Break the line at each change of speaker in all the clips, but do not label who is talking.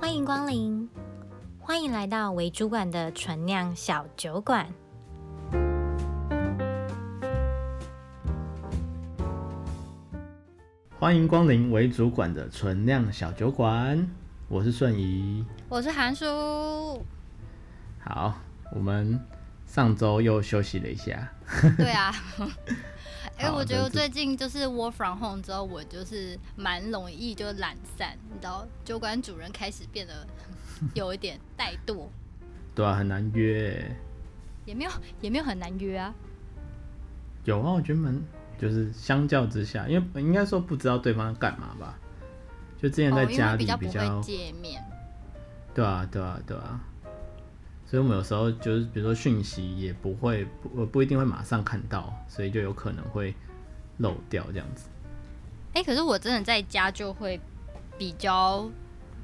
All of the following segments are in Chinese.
欢迎光临，欢迎来到为主管的纯酿小酒 馆。
欢迎光临为主管的存量小酒馆，我是顺仪。
我是韩 叔。
好，我们上周又休息了一下，
对 啊，哎、
好
我觉得
这
最近就是 work from home 之后，我就是蛮容易就懒散，你知道，酒馆主人开始变得有一点怠惰，
对啊，很难约。
也没有也没有很难 约啊。
有啊，我觉得蛮就是相较之下，因为应该说不知道对方干嘛吧，就之前在
哦，因
家
为
里
比较
比
不
较、
会见面，
对啊，对啊，对啊。所以我们有时候就是，比如说讯息也不会，不呃不一定会马上看到，所以就有可能会漏掉这样子。
哎、可是我真的在家就会比较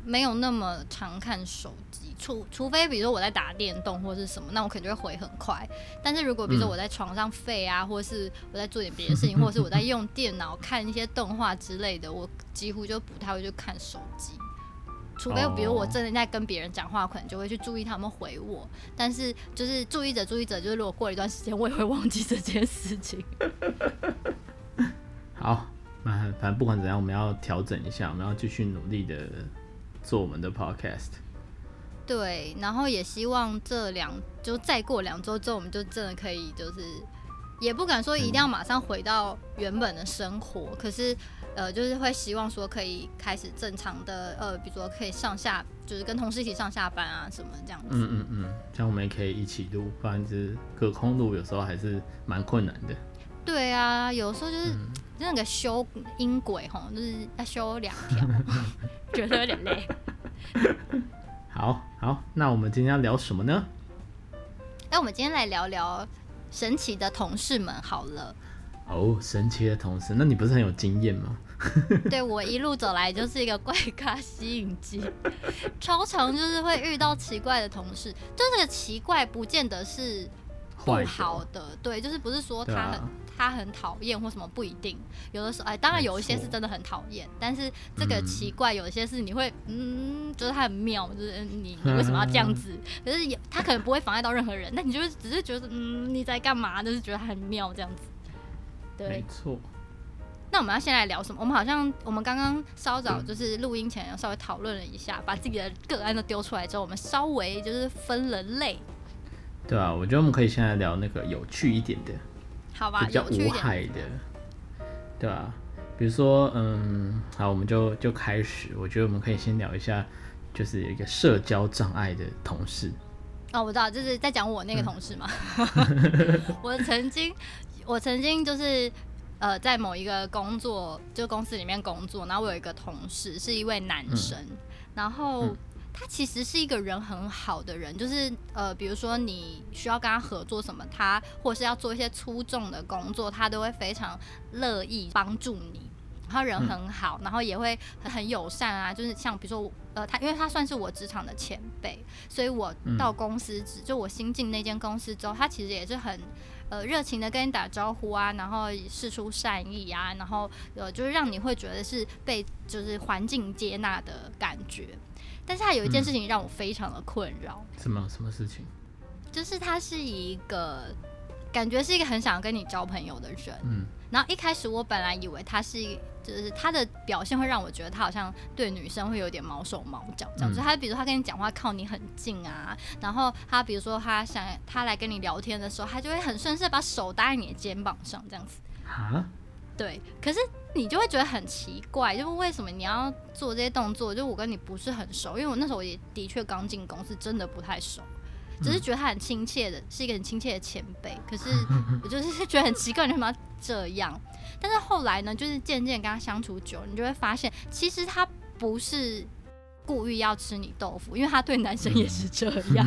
没有那么常看手机，除除非比如说我在打电动或是什么，那我可能就会回很快。但是如果比如说
嗯
我在床上废啊，或是我在做点别的事情，或者是我在用电脑看一些动画之类的，我几乎就不太会去看手机。除非比如我
哦
真的在跟别人讲话，我可能就会去注意他们回我。但是就是注意着注意着，就是如果过了一段时间，我也会忘记这件事情。
好，那反正不管怎样，我们要调整一下，我们要继续努力的做我们的 podcast。
对，然后也希望这两就再过两周之后，我们就真的可以就是，也不敢说一定要马上回到原本的生活，可是呃，就是会希望说可以开始正常的呃，比如说可以上下，就是跟同事一起上下班啊什么这样子。
嗯嗯嗯，这样我们也可以一起录，不然就是隔空录有时候还是蛮困难的。
对啊，有时候就是、那个修音轨吼，就是要修两条， 觉得有点累。
好好，那我们今天要聊什么呢？
那我们今天来聊聊神奇的同事们好了。
哦，神奇的同事，那你不是很有经验吗？
对我一路走来就是一个怪咖 吸引机，超常就是会遇到奇怪的同事，就这个奇怪不见得是不
坏的
好的，对，就是不是说
对
他
啊
很、他很讨厌或什么不一定，有的时候哎，当然
没
有一些
错
是真的很讨厌，但是这个
嗯
奇怪有一些是你会嗯，就是他很妙，就是嗯你你为什么要这 样子？可是也他可能不会妨碍到任何人，那你就是只是觉得嗯你在干嘛？就是觉得他很妙这样子，对
没，错，
那我们要先来聊什么？我们好像我们刚刚稍早就是录音前有稍微讨论了一下，把自己的个案都丢出来之后，我们稍微就是分了类，
对啊，我觉得我们可以现在聊那个有趣一点的。
好吧？
比较
有趣
无
一点。
害的，对吧、比如说，嗯，好，我们就就开始。我觉得我们可以先聊一下，就是有一个社交障碍的同事。
哦，我知道，就是在讲我那个同事嘛。 我曾经，我曾经就是呃，在某一个工作，就公司里面工作，然后我有一个同事是一位男生，然后。
嗯
他其实是一个人很好的人，就是呃，比如说你需要跟他合作什么，他或是要做一些粗重的工作，他都会非常乐意帮助你。然后人很好，然后也会很很友善啊，就是像比如说我呃，他因为他算是我职场的前辈，所以我
嗯
到公司之、就我新进那间公司之后，他其实也是很呃热情的跟你打招呼啊，然后示出善意啊，然后呃就是让你会觉得是被就是环境接纳的感觉。但是他有一件事情让我非常的困扰，
什么什么事情？
就是他是一个感觉是一个很想跟你交朋友的人。
嗯
然后一开始我本来以为他是一，就是他的表现会让我觉得他好像对女生会有点毛手毛脚这样，
嗯
就他比如说他跟你讲话靠你很近啊，然后他比如说他想他来跟你聊天的时候，他就会很顺势把手搭在你的肩膀上这样子。
啊，
对，可是你就会觉得很奇怪，就是为什么你要做这些动作？就我跟你不是很熟，因为我那时候也的确刚进公司，真的不太熟，只是觉得他很亲切的，是一个很亲切的前辈。可是我就是 觉得很奇怪，你为什么要这样？但是后来呢，就是渐渐跟他相处久，了，你就会发现，其实他不是故意要吃你豆腐，因为他对男生也是这样。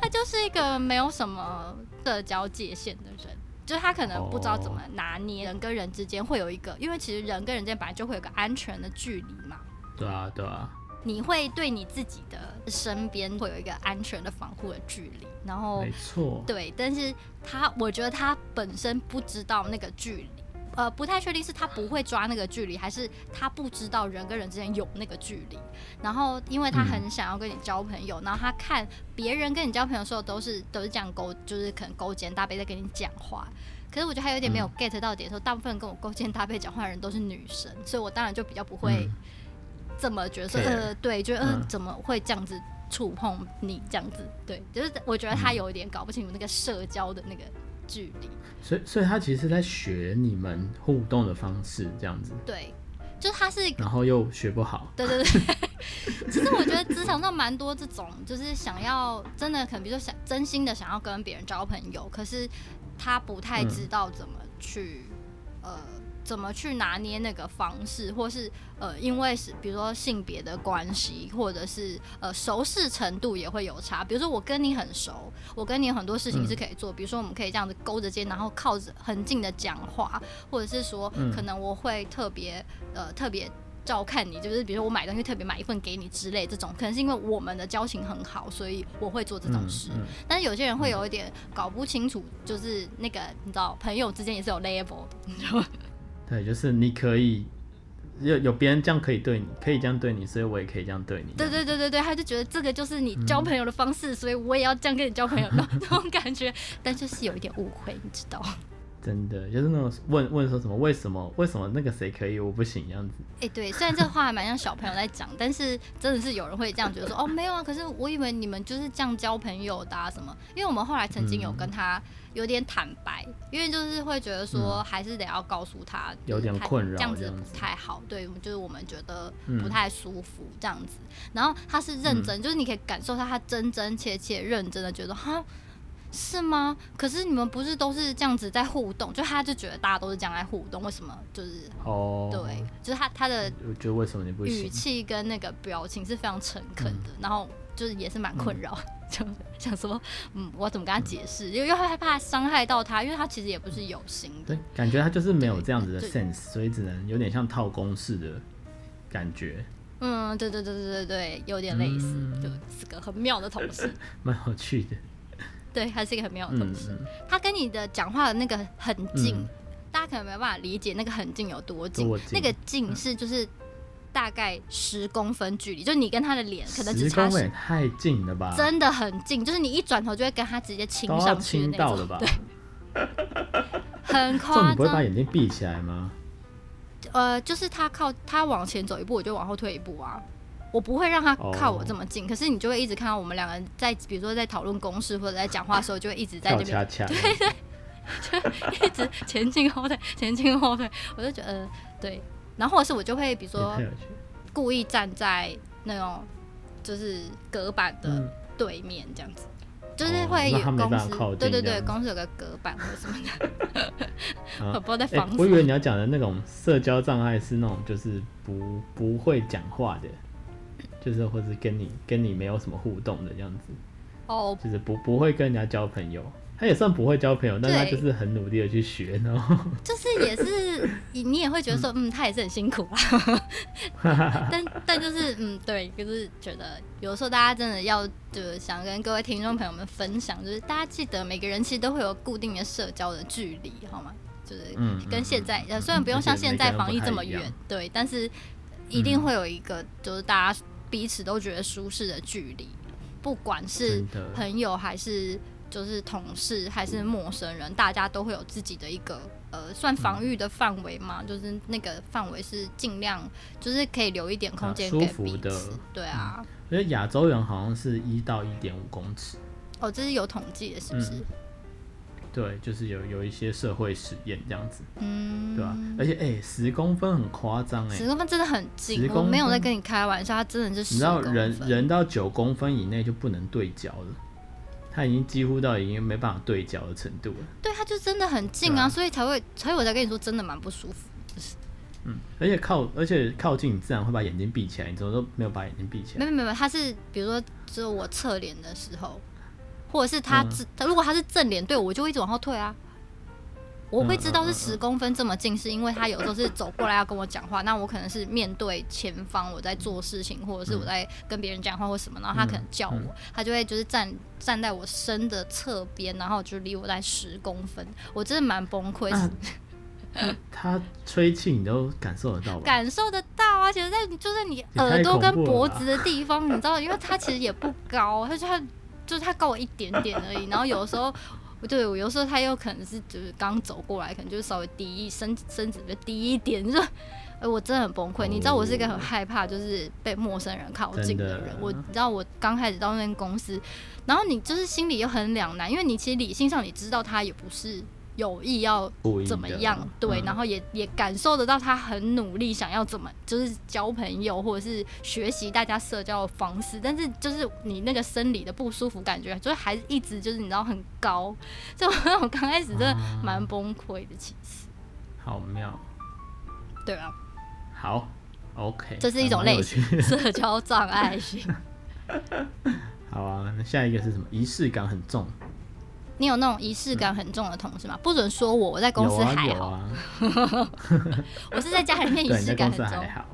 他就是一个没有什么社交界限的人，就是他可能不知道怎么拿捏人跟人之间会有一个，因为其实人跟人之间本来就会有个安全的距离嘛，
对啊，对啊，
你会对你自己的身边会有一个安全的防护的距离，然后
没错，
对，但是他我觉得他本身不知道那个距离，呃不太确定是他不会抓那个距离，还是他不知道人跟人之间有那个距离。然后因为他
嗯
很想要跟你交朋友，然后他看别人跟你交朋友的时候都是都是这样勾，就是可能勾肩搭背在跟你讲话。可是我觉得还有一点没
嗯
有 get 到点的时候，大部分跟我勾肩搭背讲话的人都是女生，所以我当然就比较不会
嗯
这么觉得说，
care
呃，对，就呃
嗯
怎么会这样子触碰你这样子？对，就是我觉得他有一点搞不清楚那个社交的那个距离。
所以所以他其实在学你们互动的方式这样子，
对，就是他是一个
然后又学不好，
对对对， 其实我觉得职场上蛮多这种，就是想要真的可能，比如说想真心的想要跟别人交朋友，可是他不太知道怎么去、呃怎么去拿捏那个方式，或是呃因为是比如说性别的关系，或者是呃熟识程度也会有差。比如说我跟你很熟，我跟你有很多事情是可以做，比如说我们可以这样子勾着肩，然后靠着很近的讲话，或者是说
嗯
可能我会特别呃特别照看你，就是比如说我买东西特别买一份给你之类这种，可能是因为我们的交情很好，所以我会做这种
嗯
事。
嗯，
但是有些人会有一点搞不清楚，就是那个你知道，朋友之间也是有 level
嗯
的，你知道吗？
对，就是你可以有有别人这样可以对你，可以这样对你，所以我也可以这样对你，
对对对对对，他就觉得这个就是你交朋友的方式，所以我也要这样跟你交 朋友，这种感觉。但就是有一点误会，你知道。
真的就是那种问问说什么为什么为什么那个谁可以我不行这样子，
哎、对，虽然这话还蛮像小朋友在讲，但是真的是有人会这样觉得说，哦，没有啊，可是我以为你们就是这样交朋友的、啊、什么，因为我们后来曾经有
嗯
跟他有点坦白，因为就是会觉得说，还是得要告诉他，
嗯有点
就是他
困扰
这样
这
子
样子
不太好，对，就是我们觉得
嗯
不太舒服这样子。然后他是认真，就是你可以感受到他真真切切、认真的觉得，哈，是吗？可是你们不是都是这样子在互动，就他就觉得大家都是这样在互动，为什么就是？
哦，
对，，就是他他的
我觉得为什么你不
语
行？嗯
气跟那个表情是非常诚恳的，然后就是也是蛮困扰， 就想说，嗯，我怎么跟他解释？因为又害怕伤害到他，因为他其实也不是有心的
对。，感觉他就是没有
对
这样子的
对
sense，所以只能有点像套公式的感觉，
嗯，对对对对对对，有点类似，
嗯
就是个很妙的同事。
蛮有趣的。
对，他是一个很妙的
嗯
同事。
嗯，
他跟你的讲话的那个很近，
嗯
大家可能没有办法理解那个很近有多近。
多近嗯
那个近是就是大概十公分距离，就你跟他的脸可能只
十
差
公
十
分也太近了吧？
真的很近，就是你一转头就会跟他直接亲
都要
上去
亲
的那
到了
种，
吧？
很
这种
夸
你不会把
张。
眼睛闭起来吗？
呃，就是他靠他往前走一步，我就往后退一步啊。我不会让他靠我这么
哦
近可是你就会一直看到我们两个人在，比如说在讨论公事或者在讲话的时候，就会一直在
跳
那
恰
边
恰，
一直前进后退，前进后退。我就觉得、呃、对，然后或者是我就会比如
也
说
太有趣。
故意站在那种就是隔板的
嗯，
对面这样子，就是
哦
会
那
有
他没
公
办
司
法靠，近
对对
这
对，
样子
公司有个隔板或者什么的，
啊
我不知道在
哎
防什
我以为
么。
你要讲的那种社交障碍是那种就是不不会讲话的，就是或是跟你跟你没有什么互动的这样子，
哦，
就是不不会跟人家交朋友。他也算不会交朋友，但他
对
就是很努力的去学，然 后
就是也是你你也会觉得说，嗯，他也是很辛苦啦。 但但就是嗯，对，就是觉得有时候大家真的要就是想跟各位听众朋友们分享，就是大家记得每个人其实都会有固定的社交的距离，好吗？就是
嗯
跟现在呃，虽然不用
而且
像现
每个
在
人
防
不
疫
太
这么
一样嗯
远，对，但是一定会有一个就是大家彼此都觉得舒适的距离，不管是
真的
朋友还是就是同事还是陌生人，大家都会有自己的一个呃算防御的范围嘛，
嗯
就是那个范围是尽量就是可以留一点空
啊
间
舒
给
服
彼
的嗯
此，对啊，
我觉得亚洲人好像是一到一点五公尺，
哦，这是有统计的，是不是？
对，就是有有一些社会实验这样子，
嗯，
对吧、而且哎，十、公分很夸张哎
十，公分真的很近
10，
我没有
公
在
分
跟你开玩笑，它真的是
你
十
知道
公
人
分。
人到九公分以内就不能对焦了，他已经几乎到已经没办法对焦的程度了。
对，它就真的很近
对
啊，
啊
所以才会，所以我才跟你说真的蛮不舒服。
嗯，而且靠而且靠近你自然会把眼睛闭起来，你怎么都没有把眼睛闭起
没
来。
有没有没有，它是比如说只有我侧脸的时候，或者是他
嗯
正、它如果他是正脸对我，我就会一直往后退啊。我会知道
嗯嗯
是
嗯
十公分这么近，是因为他有时候是走过来要跟我讲话，那我可能是面对前方我在做事情，或者是我在跟别人讲话或什么，然后他可能叫我，他就会就是站站在我身的侧边，然后就离我在十公分，我真的蛮崩溃。
啊他吹气你都感受得到吧？
感受得到啊，而且在你就在你
太
耳朵跟
恐怖
脖
了吧
子的地方，你知道，因为它其实也不高， 它就它就是它高我一点点而已。然后有的时候，我对我有时候它有可能是就是刚走过来，可能就是稍微低一身身子就低一点，你说。哎，我真的很崩
哦
溃。你知道我是一个很害怕，就是被陌生人靠近的人
真。的
我你知道我刚开始到那间公司，然后你就是心里又很两难，因为你其实理性上你知道他也不是有意要
故意的
怎么样，对，
嗯
然后也也感受得到他很努力，想要怎么就是交朋友或者是学习大家社交的方式，但是就是你那个生理的不舒服感觉，就是还一直就是你知道很高，所以 我我刚开始真的
啊
蛮崩溃的，其实，
好妙，
对啊，
好，OK，
这是一种
还蛮有
类型
趣的
社交障碍型。
好啊，那下一个是什么？仪式感很重，
你有那种仪式感很重的同事吗？不准说我，我在公司
有啊
还
有
好，
啊，
我是在家里面仪
对，你
式
在
感
公
很
司
重。
还好，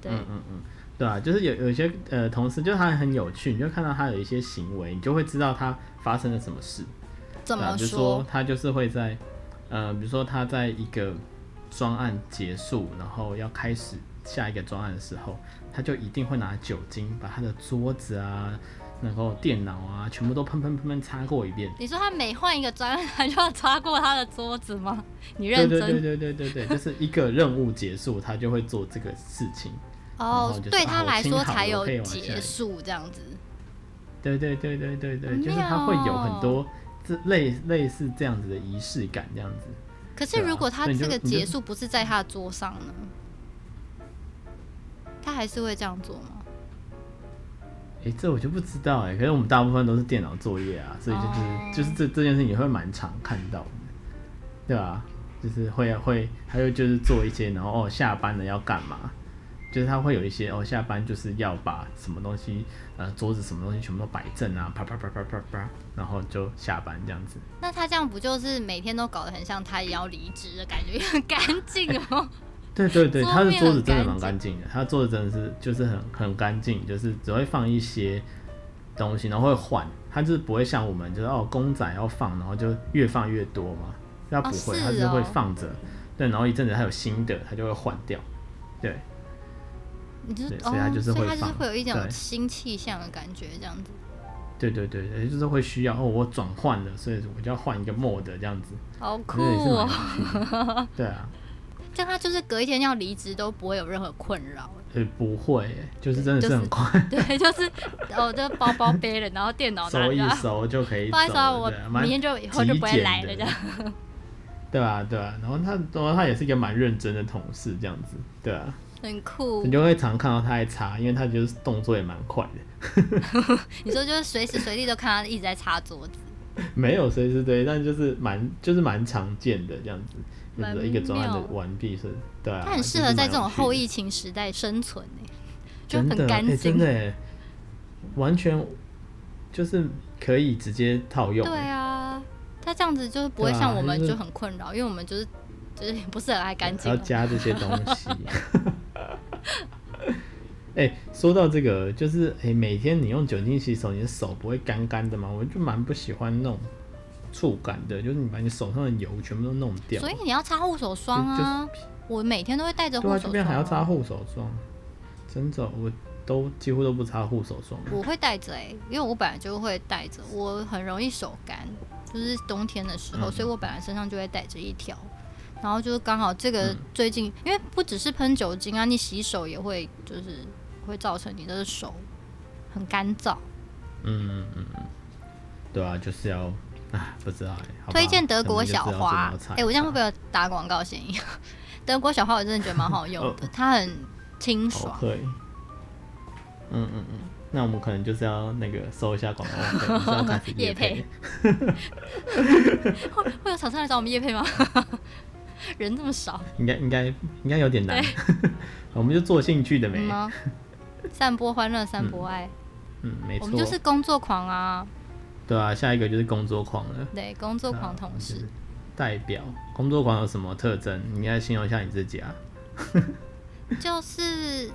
对，
嗯嗯嗯，对啊，就是有有些呃同事，就是他很有趣，你就看到他有一些行为，你就会知道他发生了什么事。
怎
对啊
么
比如说他就是会在，呃，比如说他在一个专案结束，然后要开始下一个专案的时候，他就一定会拿酒精把他的桌子啊，然后电脑啊，全部都喷喷喷喷擦过一遍。
你说他每换一个专案，他就要擦过他的桌子吗？你
对
认
对
真
对对对对对，就是一个任务结束，他就会做这个事情。然后
哦
就，是
对
啊
他
我
来
清
说
好
才
了
有
我可以往下
结
一
束这样子。
对对对对对对，
很
就是他
妙
会有很多这类类似这样子的仪式感，这样子。
可是
对啊
如果他
所以你
这
就
个
你就
结束不是在他的桌上呢？他还是会这样做吗？
哎、这我就不知道哎、可是我们大部分都是电脑作业啊，所以就是、
哦
就是这这件事情也会蛮常看到的，对吧、就是会会，还有就是做一些，然后哦下班了要干嘛？就是他会有一些哦下班就是要把什么东西呃桌子什么东西全部都摆正啊，啪啪啪啪啪啪，然后就下班这样子。
那他这样不就是每天都搞得很像他也要离职的感觉， 很干净哦？
对对对，
桌
他的
面
桌
很
子真的
干
蛮干净的，他的桌子真的是就是很很干净，就是只会放一些东西，然后会换，他就是不会像我们就是哦公仔要放，然后就越放越多嘛，他不会，
是
他是会
哦
放着，对，然后一阵子他有新的，他就会换掉，对
你就是
对
哦
所以他，就是
所以
会
他就是
放
会有一种
对
新气象的感觉，这样子。
对对对对，就是会需要哦我转换了，所以我就要换一个 mod 这样子，
好
我
酷
觉得也是蛮
哦！
有趣的，对啊，
这样他就是隔一天要离职都不会有任何困扰，
呃不会耶，就是真的
就是
很快，
对， 就是哦，就包包背了，然后电脑拿
收
着
一
啊，
收就可以
不
走
好意思啊，
了，
我
对啊蛮
明天就以后就不会来了
极简
这
的
样。
对啊，对啊，然后他，然后他也是一个蛮认真的同事，这样子，对啊，
很酷
你。就会常看到他在擦，因为他就是动作也蛮快的，
你说就是随时随地都看他一直在擦桌子，
没有随时对，但就是蛮就是蛮常见的这样子，就
蛮
是一个专案的
妙
完毕是，对啊，
他很适
就
合
是
在
蛮
这
有
种
趣
后
的
疫情时代生存呢、就
真
很
的
干
哎
净。
真的哎完全就是可以直接套用，
对啊，他这样子就是不会
对啊
像我们
就是
就很困扰，因为我们就是就是也不是很爱干净
还要
啊。
加这些东西。哎、说到这个，就是哎、每天你用酒精洗手，你的手不会干干的吗？我就蛮不喜欢那种触感的，就是你把你手上的油全部都弄掉，
所以你要擦护手霜啊！
就就
我每天都会带着护
对啊，这
手
边
霜、
还要擦，护手霜，真的，我都几乎都不擦护手霜。
我会带着哎、因为我本来就会带着，我很容易手干，就是冬天的时候，
嗯
所以我本来身上就会带着一条。然后就是刚好这
嗯
个最近，因为不只是喷酒精啊，你洗手也会就是会造成你的手很干燥。
嗯嗯嗯嗯，对啊，就是要，啊，不知道哎、好吧
推荐德国小
我们
花
就知道，这个要擦
哎、
一
我这样会不
擦
会有打广告嫌疑？ 德国小花我真的觉得蛮好 用
哦
的，它很清爽。
OK，嗯嗯嗯，那我们可能就是要那个收一下广告费，我们是要 开始
业
业
配
配。
会会有厂商来找我们叶配吗？ 人这么少，
应该应该应该有点难， 我们就做兴趣的没，
吗？散播欢乐，散播爱，
嗯，没
我
错
们，就是工作狂啊，
对啊，下一个就是工作狂了，
对，工作狂
那我
同
们就是
事。
代表工作狂有什么特征？你应该形容一下你自己啊。嗯
就是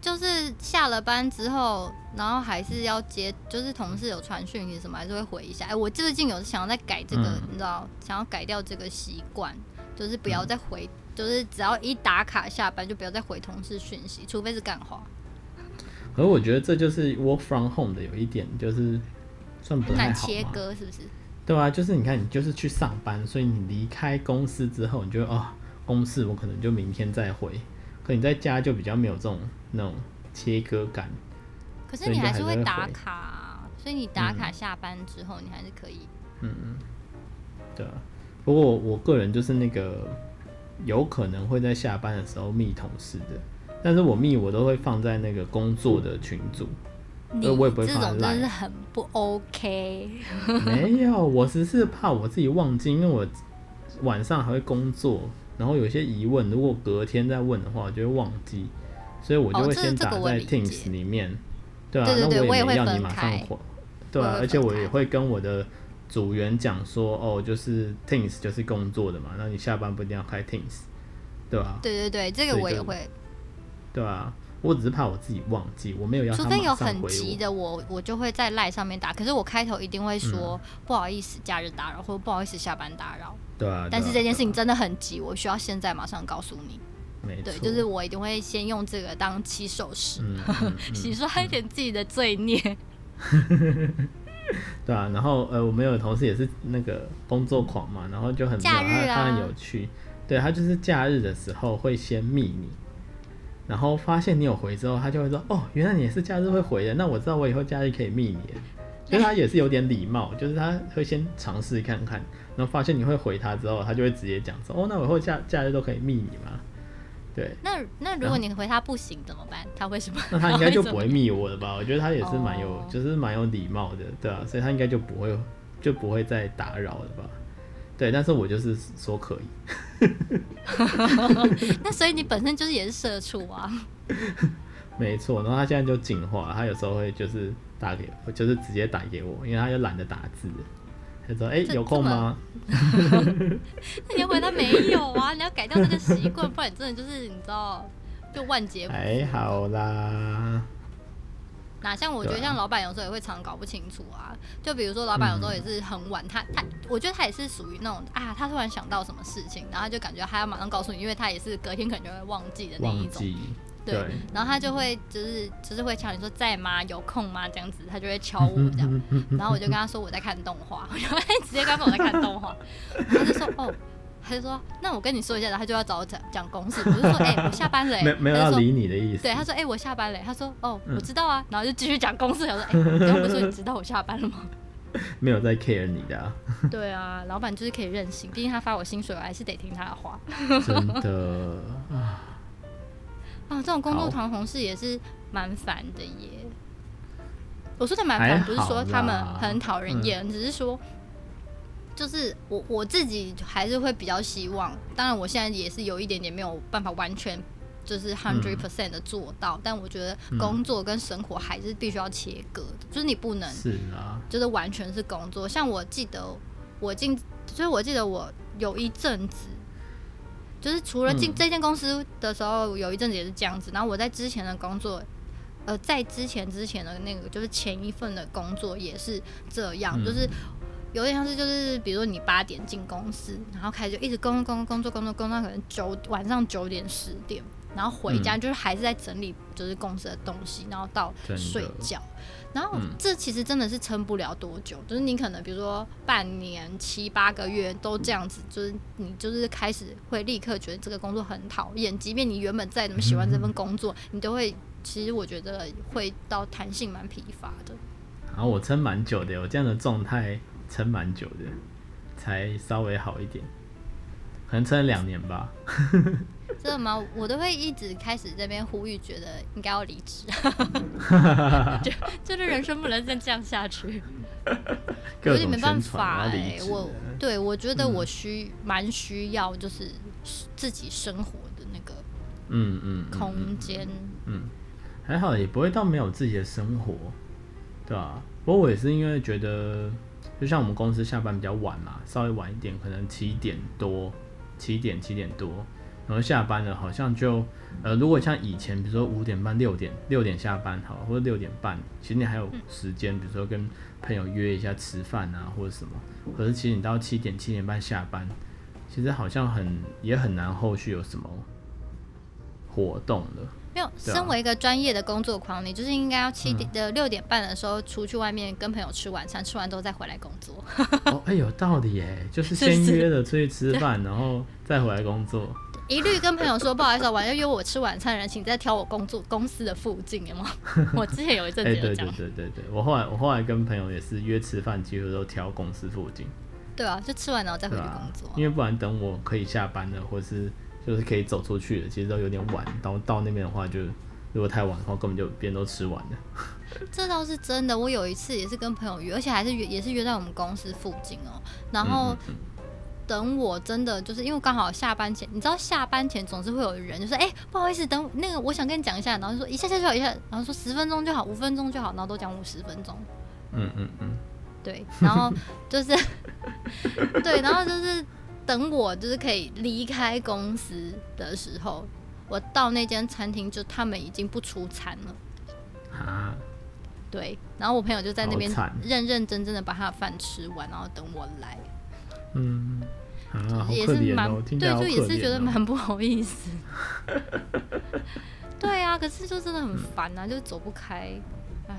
就是下了班之后，然后还是要接，就是同事有传讯息什么，还是会回一下。哎、我最近有想要再改这个，
嗯
你知道，想要改掉这个习惯，就是不要再回，就是只要一打卡下班就不要再回同事讯息，除非是干话，
可是我觉得这就是 work from home 的有一点，就是算不
很
太
难
好
切
嘛。
割，是不是？
对啊，就是你看，你就是去上班，所以你离开公司之后，你就哦，公事我可能就明天再回。可你在家就比较没有这种那种切割感。
可是
对
你
就
还
还
是
是
会
会
打
回嗯
卡啊，所以你打卡下班之后，你还是可以。
对啊，不过我我个人就是那个有可能会在下班的时候密同事的，但是我密我都会放在那个工作的群组，
你
呃我也不会
这
放在
种真
Line
是很不 OK。
没有，我只是怕我自己忘记，因为我晚上还会工作，然后有些疑问，如果隔天再问的话，我就会忘记，所以我就
哦
会
这
先
这个
打
我
在
理解
Teams 里面。对啊，
对对对
那
我也
没
会
要你
分
马上
开
回。对
我
啊
也，会
而且
分
我也
开
会跟我的组员讲说，哦，就是 Teams 就是工作的嘛，那你下班不一定要开 Teams，对吧、
对对对，这个
所以
我也
就
会，
对啊，我只是怕我自己忘记，我没有要
除
他
非有
马上回
很
我。
急的我，我就会在赖上面打。可是我开头一定会说、
嗯
不好意思，假日打扰，或者不好意思，下班打扰。
对啊，
但
对
是
啊
这件
对
事情
啊
真的很急，我需要现在马上告诉你。
没
对，
错
就是我一定会先用这个当起手式，
嗯嗯
洗刷一点自己的罪孽。
对啊，然后呃，我们有同事也是那个工作狂嘛，然后就很妙
假日
他
啊
他很有趣，对他就是假日的时候会先密你，然后发现你有回之后，他就会说哦，原来你也是假日会回的，那我知道我以后假日可以密 你了。就是他也是有点礼貌，就是他会先尝试看看，然后发现你会回他之后，他就会直接讲说哦，那我以后假假日都可以密你嘛。对，
那那如果你回他不行怎么办？他会什么？
那他应该就不
怎么
会密我了吧？我觉得他也是蛮有
哦，
就是蛮有礼貌的，对啊，所以他应该就不会就不会再打扰了吧？对，但是我就是说可以，
那所以你本身就是也是社畜啊，
没错。然后他现在就进化了，他有时候会就是打给，就是直接打给我，因为他就懒得打字了，他说：“哎、
这
有空吗
那你要回他没有啊？你要改掉这个习惯，不然你真的就是你知道，就万劫？”不
还哎好啦，
哪像我觉得
对啊
像老板有时候也会常搞不清楚啊，就比如说老板有时候
嗯
也是很晚，他他我觉得他也是属于那种啊，他突然想到什么事情，然后他就感觉他要马上告诉你，因为他也是隔天可能就会忘记的那一
忘
种。
记
对，
对
然后他就会就是就是会敲你说在吗？有空吗？这样子，他就会敲我
嗯
这 样，然后我就跟他说我在看动画， 我就会直接跟他说我在看动画，他就说哦。他就说：“那我跟你说一下。”然后他就要找我讲讲公事，我就说：“哎、我下班了、欸。”
没没有
他
要
就说
理你的意思，
对，他说：“哎、我下班了。”他说：“哦，
嗯
我知道啊。然后就继续讲公事。我说：“哎、 你刚刚不是说你知道我下班了吗
没有在 care 你的、 啊，？”
对啊，老板就是可以任性，毕竟他发我薪水，我还是得听他的话。
真的
嗯
啊，
啊，这种工作
好
团同事也是蛮烦的耶。我说的蛮
还
烦，
好
不是说他们
啦嗯
很讨人厌，只是说，就是我我自己还是会比较希望。当然，我现在也是有一点点没有办法完全就是
嗯
hundred percent 的做到，但我觉得工作跟生活还是必须要切割的，就是你不能
是啊，
就是完全是工作。像我记得我进，就是我记得我有一阵子，就是除了进
嗯
这间公司的时候，有一阵子也是这样子。然后我在之前的工作，呃，在之前之前的那个就是前一份的工作也是这样，
嗯
就是。有点像是就是，比如说你八点进公司，然后开始就一直工作工作工作工作工作，可能九晚上九点十点，然后回
嗯
家就是还是在整理就是公司的东西，然后到
真的
睡觉。然后
嗯
这其实真的是撑不了多久，就是你可能比如说半年、七八个月都这样子，就是你就是开始会立刻觉得这个工作很讨厌，即便你原本再怎么喜欢
嗯
这份工作，你都会其实我觉得会到弹性蛮疲乏的。
然后我撑蛮久的，我这样的状态撑蛮久的，才稍微好一点，可能撑了两年吧。
真的吗？我都会一直开始这边呼吁，觉得应该要离职， 就 就是人生不能再这样下去，
各
有
种
点没办
宣传，
法
然后
哎、
离职嗯
我
了。
对我觉得我需蛮、需要就是自己生活的那个
嗯嗯嗯，
空间。
还好也不会到没有自己的生活，对啊。不过我也是因为觉得，就像我们公司下班比较晚嘛，稍微晚一点，可能七点多、七点、七点多，然后下班了，好像就呃，如果像以前，比如说五点半、六点、六点下班好了，或者六点半，其实你还有时间，比如说跟朋友约一下吃饭啊，或者什么。可是其实你到七点、七点半下班，其其实好像很也很难后续有什么活动了。
没有，
对啊嗯
身为一个专业的工作狂，你就是应该要七点的六点半的时候出去外面跟朋友吃晚餐，吃完之后再回来工作。
哦，哎、有道理哎，就是
是不
先
是
约了出去吃饭，然后再回来工 作。
一律跟朋友说不好意思，晚上约我吃晚餐的人，请再挑我工作公司的附近，有 吗？我之前有一阵
哎、
子有
对
这
对
样，
对对对，我后来我后来跟朋友也是约吃饭，几乎都挑公司附近，
对啊，就吃完然后再回
对
去
吧、
工作。
因为不然等我可以下班了，或是就是可以走出去了，其实都有点晚。然后到那边的话就，如果太晚的话，根本就别人都吃完了。
这倒是真的，我有一次也是跟朋友约，而且还是约也是约在我们公司附近哦。然后
嗯嗯
等我真的就是因为刚好下班前，你知道下班前总是会有人就说，哎、不好意思，等那个我想跟你讲一下，然后就说一下下就好，一下，然后说十分钟就好，五分钟就好，然后都讲五十分钟。
嗯嗯嗯
对，然后就是 对，然后就是等我就是可以离开公司的时候，我到那间餐厅就他们已经不出餐了。
嗯啊，
对，然后我朋友就在那边
好惨
认认真真的把他的饭吃完，然后等我来，
嗯啊，好
也
可
是
怜
蛮、
哦，听起
对
来，好
就
可
也
怜、哦。
是觉得蛮不好意思。 对啊，可是就真的很烦啊，就走不开。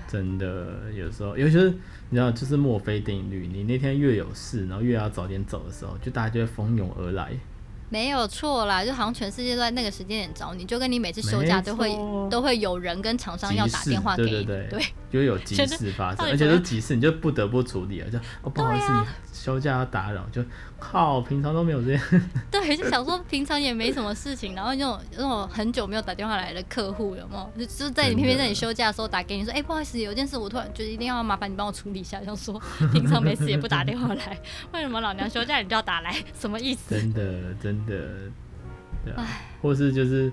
真的，有时候，尤其是你知道，就是墨菲定律，你那天越有事，然后越要早点走的时候，就大家就会蜂拥而来。
没有错啦，就好像全世界都在那个时间点找你，就跟你每次休假
没
都会
错
都会有人跟厂商
急
要打
事
电话给
对
你，
对对就有急事发生，
到底
而且
怎么
都
样啊
急事，你就不得不处理了。就 哦，不好意思，你休假要打扰，就靠，平常都没有这样。
对，就想说平常也没什么事情，然后那种那种很久没有打电话来的客户，有没有？就就是在你
真
偏偏
的
在你休假的时候打给你说，哎、不好意思，有件事我突然觉得一定要麻烦你帮我处理一下，想说平常没事也不打电话来，为什么老娘休假你就要打来？什么意 思？
真的，真的，对啊，或是就是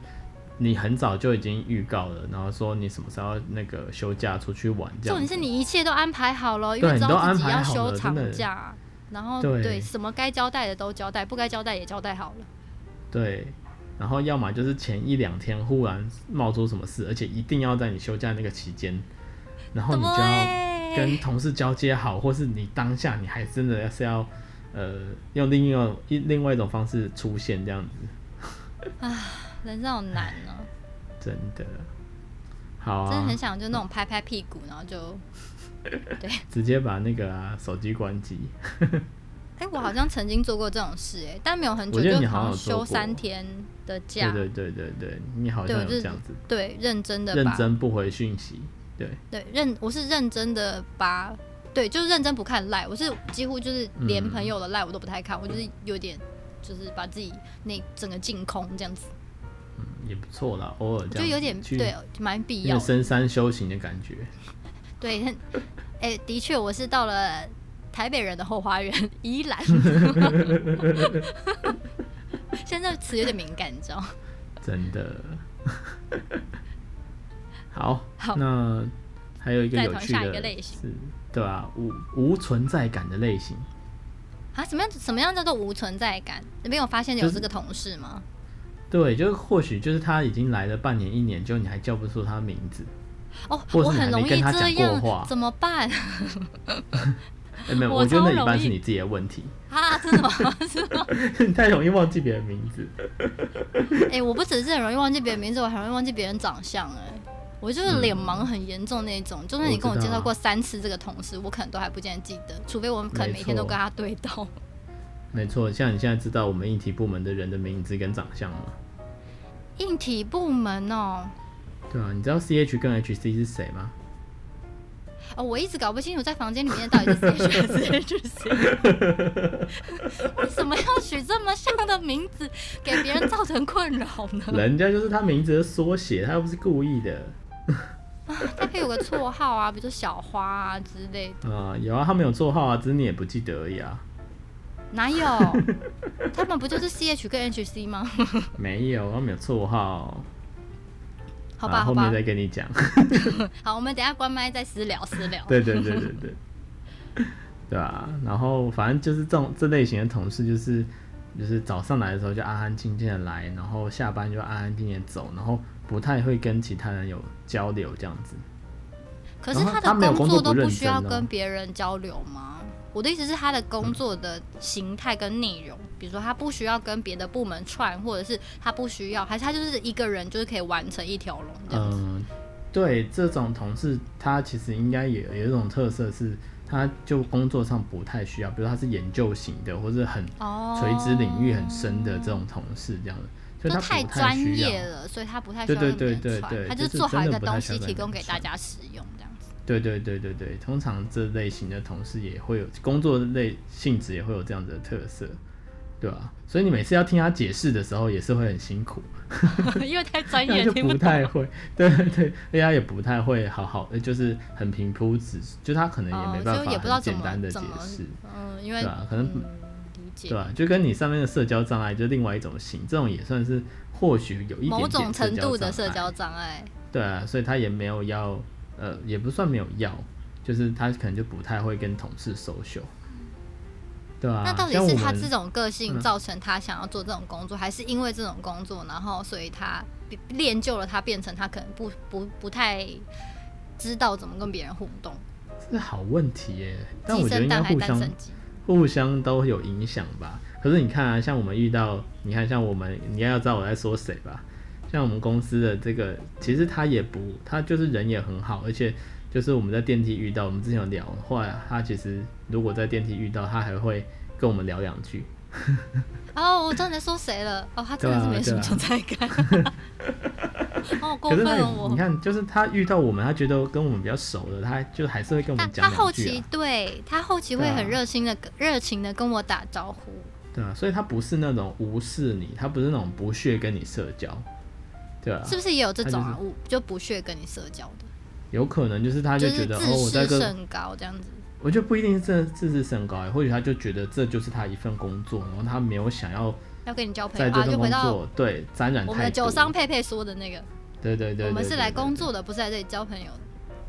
你很早就已经预告了，然后说你什么时候要那个休假出去玩这
重
样
点
子。
是你一切都安排好了，因
对
为
你
知
都
道
安
自己
排
要
好
休
了
长
真的
假，然后
对
对什么该交代的都交代，不该交代也交代好了。
对，然后要么就是前一两天忽然冒出什么事，而且一定要在你休假那个期间，然后你就要跟
对，
同事交接好，或是你当下你还真的是要呃用另一种一另外一种方式出现这样子，
人生好难哦、
真的。好
真的
啊
很，想就那种拍拍屁股，然后就
直接把那个、啊、手机关机。
哎、我好像曾经做过这种事、哎，但没有很久，
我觉得你
就
好像有做
休
过
三天的
对
假，
对对对对，你好
对
像
我
有
就是
这样子，
对认真的
认
把，
真不回讯息。对，
对认，我是认真的把，对，就是认真不看赖，我是几乎就是连
嗯
朋友的赖我都不太看，我就是有点就是把自己那整个净空这样子，
也不错啦，偶尔
我
这
觉
样子
得有点
去
对，蛮必
那
要
个
的，
深山修行的感觉。
对，很哎、的确我是到了台北人的后花园宜 兰， 现在词有点敏感，你知道吗。
真的。 好，
好
那还有一个
再
有
从
趣
下一
的
个类型
是，对啊，无无存在感的类型，
啊，什么样什么样叫做无存在感？你没有发现有
就是
这个同事吗？
对，啊就或许就是他已经来了半年一年，就你还叫不出他名字，
哦，
或是
我
你
很
还没
容易
跟他
这
讲过话
样，怎么办
哎，没有，
我
我觉得
超
那一半
容易
是你自己的问题，
啊？真的吗？ 真的吗？
你太容易忘记别人名字，
哎、我不只是很容易忘记别人名字，我还容易忘记别人长相、哎，我就是脸盲很严重那种，就算你
嗯我
跟我
知道
介绍
啊
过三次这个同事，我可能都还不见得记得，除非我可能
没
每天都
错
跟他对到。
没错，像你现在知道我们应题部门的人的名字跟长相吗？
硬体部门哦，
对啊，你知道 C H 跟 H C 是谁 吗？
哦，我一直搞不清楚在房间里面到底是谁选谁是 谁，为什么要取这么像的名字给别人造成困扰呢？
人家就是他名字的缩写，他又不是故意的
他可以有个绰号啊，比如说小花啊之类的，
啊、有啊，他们有绰号啊，只是你也不记得而已啊。
哪有？他们不就是 C H 跟 H C
啊
吗？
没有，他们有绰号。
好吧，
啊
好
后
吧
面，再跟你 讲。
好，我们等一下关麦再私聊私聊。
对对对对对，对啊。然后反正就是这种这类型的同事，就是就是早上来的时候就安安静静的来，然后下班就安安静静地走，然后不太会跟其他人有交流这样子。
可是
然后
他
他没
的
有工
工
作
都
不认
需要
真哦
跟别人交流吗？我的意思是，他的工作的形态跟内容，比如说他不需要跟别的部门串，或者是他不需要，还是他就是一个人就是可以完成一条龙这样子。
嗯，对，这种同事他其实应该也有一种特色是，他就工作上不太需要，比如他是研究型的，或是很呃
哦，
垂直领域很深的这种同事这样的，所以
就
他
哦太
不太
专
需
业
要。
了，所以他不太需要
对
跟别
对
人
对对
串，
对
他就
就是是
做好一
真
个
的不太
东
需
西
要跟
提供
别人
给大
串
家使用 这样子。
对对对对对，通常这类型的同事也会有工作类性质也会有这样子的特色，对吧、所以你每次要听他解释的时候，也是会很辛苦。
因为太专
他
业
就
啊听不
不
懂。
太会，对对对，而且他也不太会好好，呃就是很平铺直，就他可能也
哦
没，办
就
法
也不知道
很
怎
简单
么
的解
怎么
释，，
嗯，因为
对啊？可能
嗯理解
对啊吧？就跟你上面的社交障碍就另外一种型，这种也算是或许有一点
某
点
种程度的
社
社
交障碍，
交障碍。
对啊，所以他也没有要，呃，也不算没有要，就是他可能就不太会跟同事 social，对啊，
那到底
像
是
我
他
们
这种个性
嗯
造成他想要做这种工作，还是因为这种工作，然后所以他变练就了他变成他可能不不不太知道怎么跟别人互动，
是好问题耶，但
鸡
我觉得
生
应该
蛋还
互
蛋
相
生鸡。
互相都有影响吧。可是你看啊，像我们遇到，你看像我们，你要知道我在说谁吧。像我们公司的这个，其实他也不，他就是人也很好，而且就是我们在电梯遇到，我们之前有聊，后来他其实如果在电梯遇到，他还会跟我们聊两句。
哦，我知道你在说谁了。哦，他真的是没什么
对啊对啊
存在感。 哦，好过
可是
分
他也
哦！我
你看，就是他遇到我们，他觉得跟我们比较熟的，他就还是会跟我
他
们
他
讲
后
两句、
期
啊，
对他后期会
对啊
很热心的、热情的跟我打招呼。
对啊，所以他不是那种无视你，他不是那种不屑跟你社交，对啊，
是不是也有这种
他
啊
就？
我就不屑跟你社交的，
有可能就是他就是觉得
自
哦，我在
视
跟
甚高这样子。
我觉得不一定是自自视甚高欸，或许他就觉得这就是他一份工作，然后他没有想要
要跟你交朋
在
友
这
啊，
份
就
工
回到
作对沾染
我们
太
的
多
酒。商佩佩说的那个，
对对对对，
我们是来
对对
工作的，不是来这里交朋友的。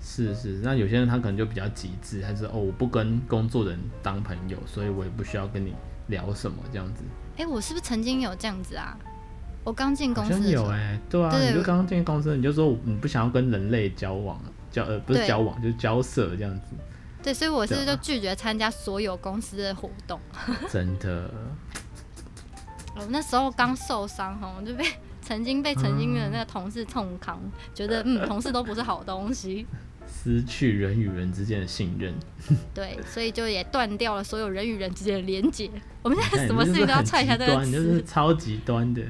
是是，那有些人他可能就比较极致，他是哦，我不跟工作的人当朋友，所以我也不需要跟你聊什么这样子。
哎，我是不是曾经有这样子啊？我刚进公
好
司的
像
时
有
候，
哎、对啊，
对
你就刚刚进公司，你就说你不想要跟人类交往，交呃不
对
是交往，就是交涉这样子。
对，所以我是
对
就
啊
拒绝参加所有公司的活动。
真的，
我哦那时候刚受伤哈，我就被曾经被曾经的那个同事痛扛，觉得嗯，同事都不是好东西。
失去人与人之间的信任。
对，所以就也断掉了所有人与人之间的连接。我们
你
现在
看
什么
哎你
事
就是
情都要
很
串一下
极
这个
端你就
词
是。超极端的。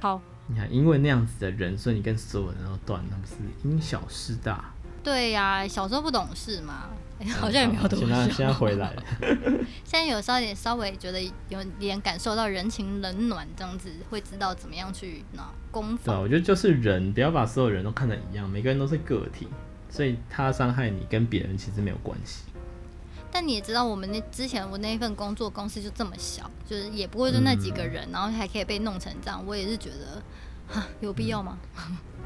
好，
你看，因为那样子的人，所以你跟所有人都断，那不是因小失大？
对呀、小时候不懂事嘛， 好像也没有多
嗯现在现在
少。
回来了，
现在有时候也稍微觉得有点感受到人情冷暖，这样子会知道怎么样去那攻
对啊，
防。
我觉得就是人，不要把所有人都看得一样，每个人都是个体，所以他伤害你跟别人其实没有关系。
但你也知道，我们那之前我那一份工作公司就这么小，就是也不过就那几个
嗯
人，然后还可以被弄成这样，我也是觉得，哈，有必要吗？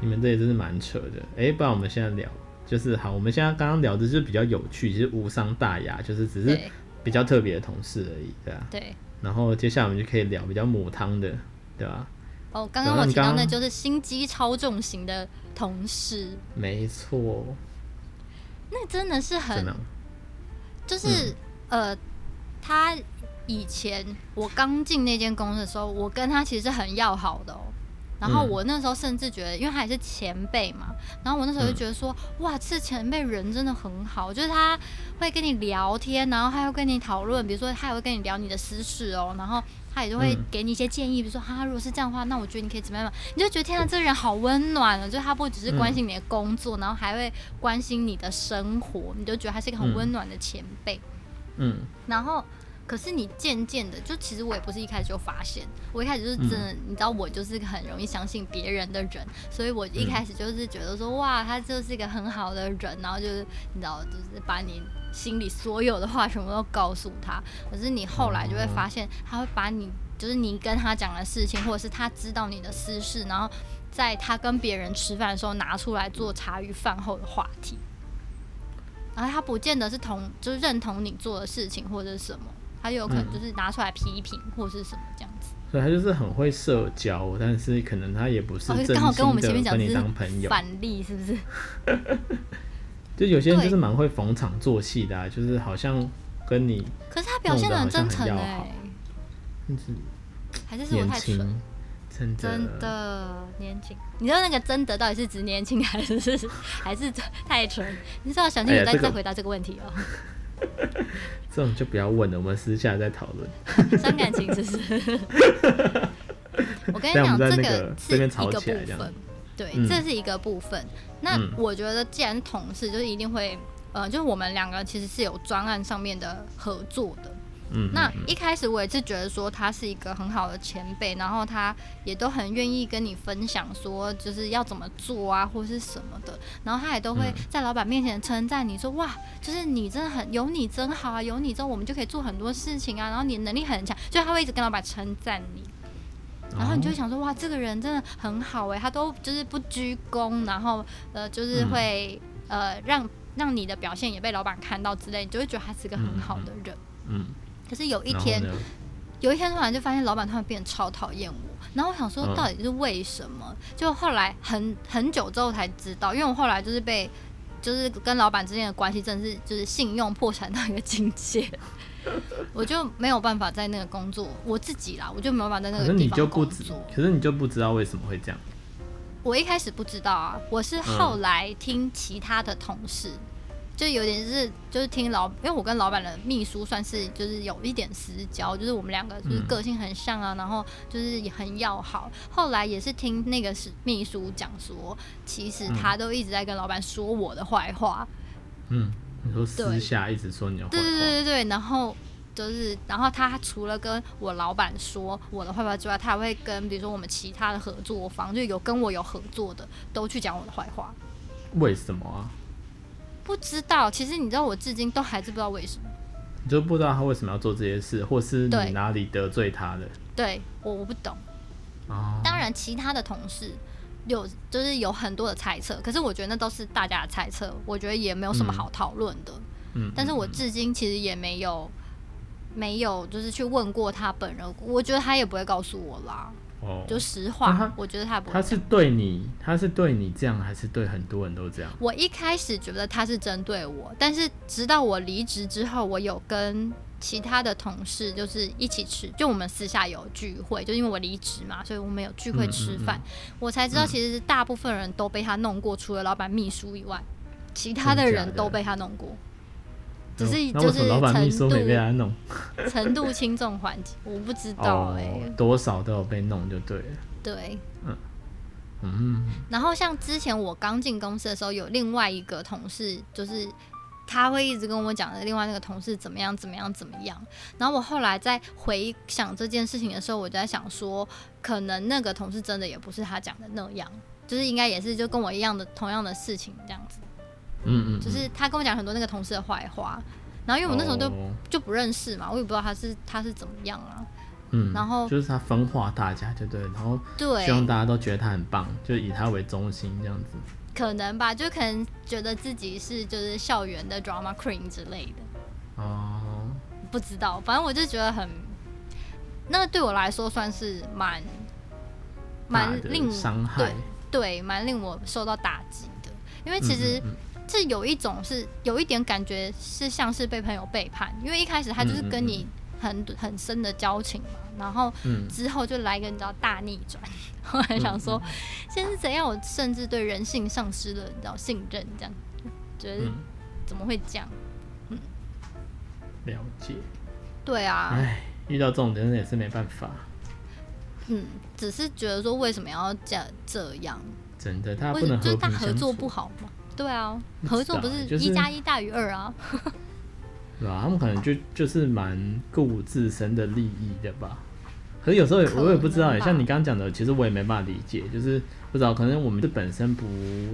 你们这也真是蛮扯的。哎、不然我们现在聊，就是好，我们现在刚刚聊的就是比较有趣，其实无伤大雅，就是只是
对
比较特别的同事而已，对啊。
对。
然后接下来我们就可以聊比较母汤的，对吧、
哦，刚刚
对啊
我
你
提到
刚
那
刚
就是心机超重型的同事，
没错，
那真的
怎
是
么
很，
样？
就是、
嗯
呃，他以前我刚进那间公司的时候，我跟他其实是很要好的哦。然后
嗯
我那时候甚至觉得，因为他也是前辈嘛，然后我那时
嗯
候就觉得说，哇，这前辈人真的很好，就是他会跟你聊天，然后他会跟你讨论，比如说他也会跟你聊你的私事哦，然后他也就会
嗯
给你一些建议，比如说哈，如果是这样的话，那我觉得你可以怎么样？你就觉得天啊，这个人好温暖哦，就是他不只是
嗯
关心你的工作，然后还会关心你的生活，你就觉得他是一个很
嗯
温暖的前辈。
嗯
然后，可是你渐渐的，就其实我也不是一开始就发现，我一开始就是真的，你知道我就是个很容易相信别人的人，所以我一开始就是觉得说，哇，他就是一个很好的人，然后就是你知道，就是把你心里所有的话全部都告诉他。可是你后来就会发现，他会把你就是你跟他讲的事情，或者是他知道你的私事，然后在他跟别人吃饭的时候拿出来做茶余饭后的话题。然后他不见得是同就是认同你做的事情或者是什么，他有可能
嗯
就是拿出来批评或是什么这样子，
所以他就是很会社交，但是可能他也不是
哦
真
刚好跟我们前面
心的
讲
跟
的
你
是
当朋友。
反例是不是？
就有些人
对
就是蛮会逢场作戏的、啊，就是好像跟你
可是他表现的很真诚
弄得
哎、
好像很就是
还是是我
年
太蠢，
轻，真的
真的年轻。你知道那个真的到底是指年轻还是 还是太蠢？你知道小心
哎
有
呀
在
这个
再回答这个问题哦、
这种就不要问了，我们私下再讨论。
伤感情 是不是？我跟你
但我
讲，
们在
这
那个
是
这
一
边
个
吵
部
起来这样
分，对，
嗯
这是一个部分。那
嗯
我觉得，既然同事就是一定会，呃，就是我们两个其实是有专案上面的合作的。
嗯，
那
嗯
一开始我也是觉得说他是一个很好的前辈，然后他也都很愿意跟你分享说就是要怎么做啊，或是什么的，然后他也都会
嗯
在老板面前称赞你说哇，就是你真的很有你真好啊，有你之后我们就可以做很多事情啊，然后你的能力很强，就他会一直跟老板称赞你，然后你就会
哦
想说哇，这个人真的很好哎、他都就是不鞠躬，然后呃就是
嗯
会、呃让让你的表现也被老板看到之类，你就会觉得他是一个很好的人。
嗯，
可是有一
然后
天，
呢
有一天突然就发现老板突然变得超讨厌我，然后我想说
嗯
到底是为什么？就后来很很久之后才知道，因为我后来就是被就是跟老板之间的关系真的是就是信用破产到一个境 界，我就没有办法在那个工作，我自己啦，我就没有办法在那
可
个
是
地
你就
方
不
工
知
作。，
可是你就不知道为什么会这样。
我一开始不知道啊，我是
嗯
后来听其他的同事，就有点是就是听老，因为我跟老板的秘书算是就是有一点私交，就是我们两个就是
嗯
个性很像啊，然后就是也很要好。后来也是听那个是秘书讲说，其实他都一直在跟老板说我的坏话，
嗯，你说私
对
下一直说你的坏话，
对对对对对，然后就是，然后他除了跟我老板说我的坏话之外，他还会跟比如说我们其他的合作方，就有跟我有合作的，都去讲我的坏话。
为什么啊？
不知道，其实你知道，我至今都还是不知道为什么。
你就不知道他为什么要做这些事，或是
对
你哪里得罪他了。
对我我不懂。
哦，
当然，其他的同事有就是有很多的猜测，可是我觉得那都是大家的猜测，我觉得也没有什么
嗯
好讨论的。
嗯，
但是我
嗯
至今其实也没有没有就是去问过他本人，我觉得他也不会告诉我啦。
哦，
就实
那
话
他，
我觉得他也不
他
会。
是对你，他是对你这样，还是对很多人都这样？
我一开始觉得他是针对我，但是直到我离职之后，我有跟其他的同事就是一起吃，就我们私下有聚会，就因为我离职嘛，所以我们有聚会
嗯嗯
吃饭，我才知道其实大部分人都被他弄过，除了老板秘书以外，其他的
真假
人
的
都被他弄过，只
嗯
是
那
就
为什
是
么老板秘
程
书
度
没被他弄？
程度轻重缓急，我不知道
哦
哎、，
多少都有被弄就对了。
对。
嗯，
然后像之前我刚进公司的时候，有另外一个同事，就是他会一直跟我讲的另外那个同事怎么样怎么样怎么样。然后我后来在回想这件事情的时候，我就在想说，可能那个同事真的也不是他讲的那样，就是应该也是就跟我一样的同样的事情这样子，
嗯嗯，
就是他跟我讲很多那个同事的坏话。然后因为我那时候就、
哦
就不认识嘛，我也不知道他是他是怎么样啊。
嗯，
然后
就是他分化大家，就对了，然后
对，
希望大家都觉得他很棒，就以他为中心这样子。
可能吧，就可能觉得自己是就是校园的 drama queen 之类的。
哦，
不知道，反正我就觉得很，那对我来说算是蛮蛮
大的
令
伤害
对，对蛮令我受到打击的，因为其实
嗯嗯
这有一种是有一点感觉是像是被朋友背叛，因为一开始他就是
嗯嗯
跟你很很深的交情嘛，然后
嗯
之后就来一个你知道大逆转， 我还想说现在是怎样，我甚至对人性丧失了你知道信任，这样觉得
嗯
怎么会这样？
嗯了解。
对啊，
唉，遇到这种真的也是没办法，
嗯，只是觉得说为什么要这样这样？
真的，他
为
不
什
能
么就
和
是大
平
合
相
作
处，
不好吗？对啊，
不知
合作不
道
是
就是
一加一大于二啊？
对吧、他们可能就就是蛮顾自身的利益的吧。可是有时候也
可能啊
我也不知道欸，
吧
像你刚刚讲的，其实我也没办法理解，就是不知道，可能我们是本身不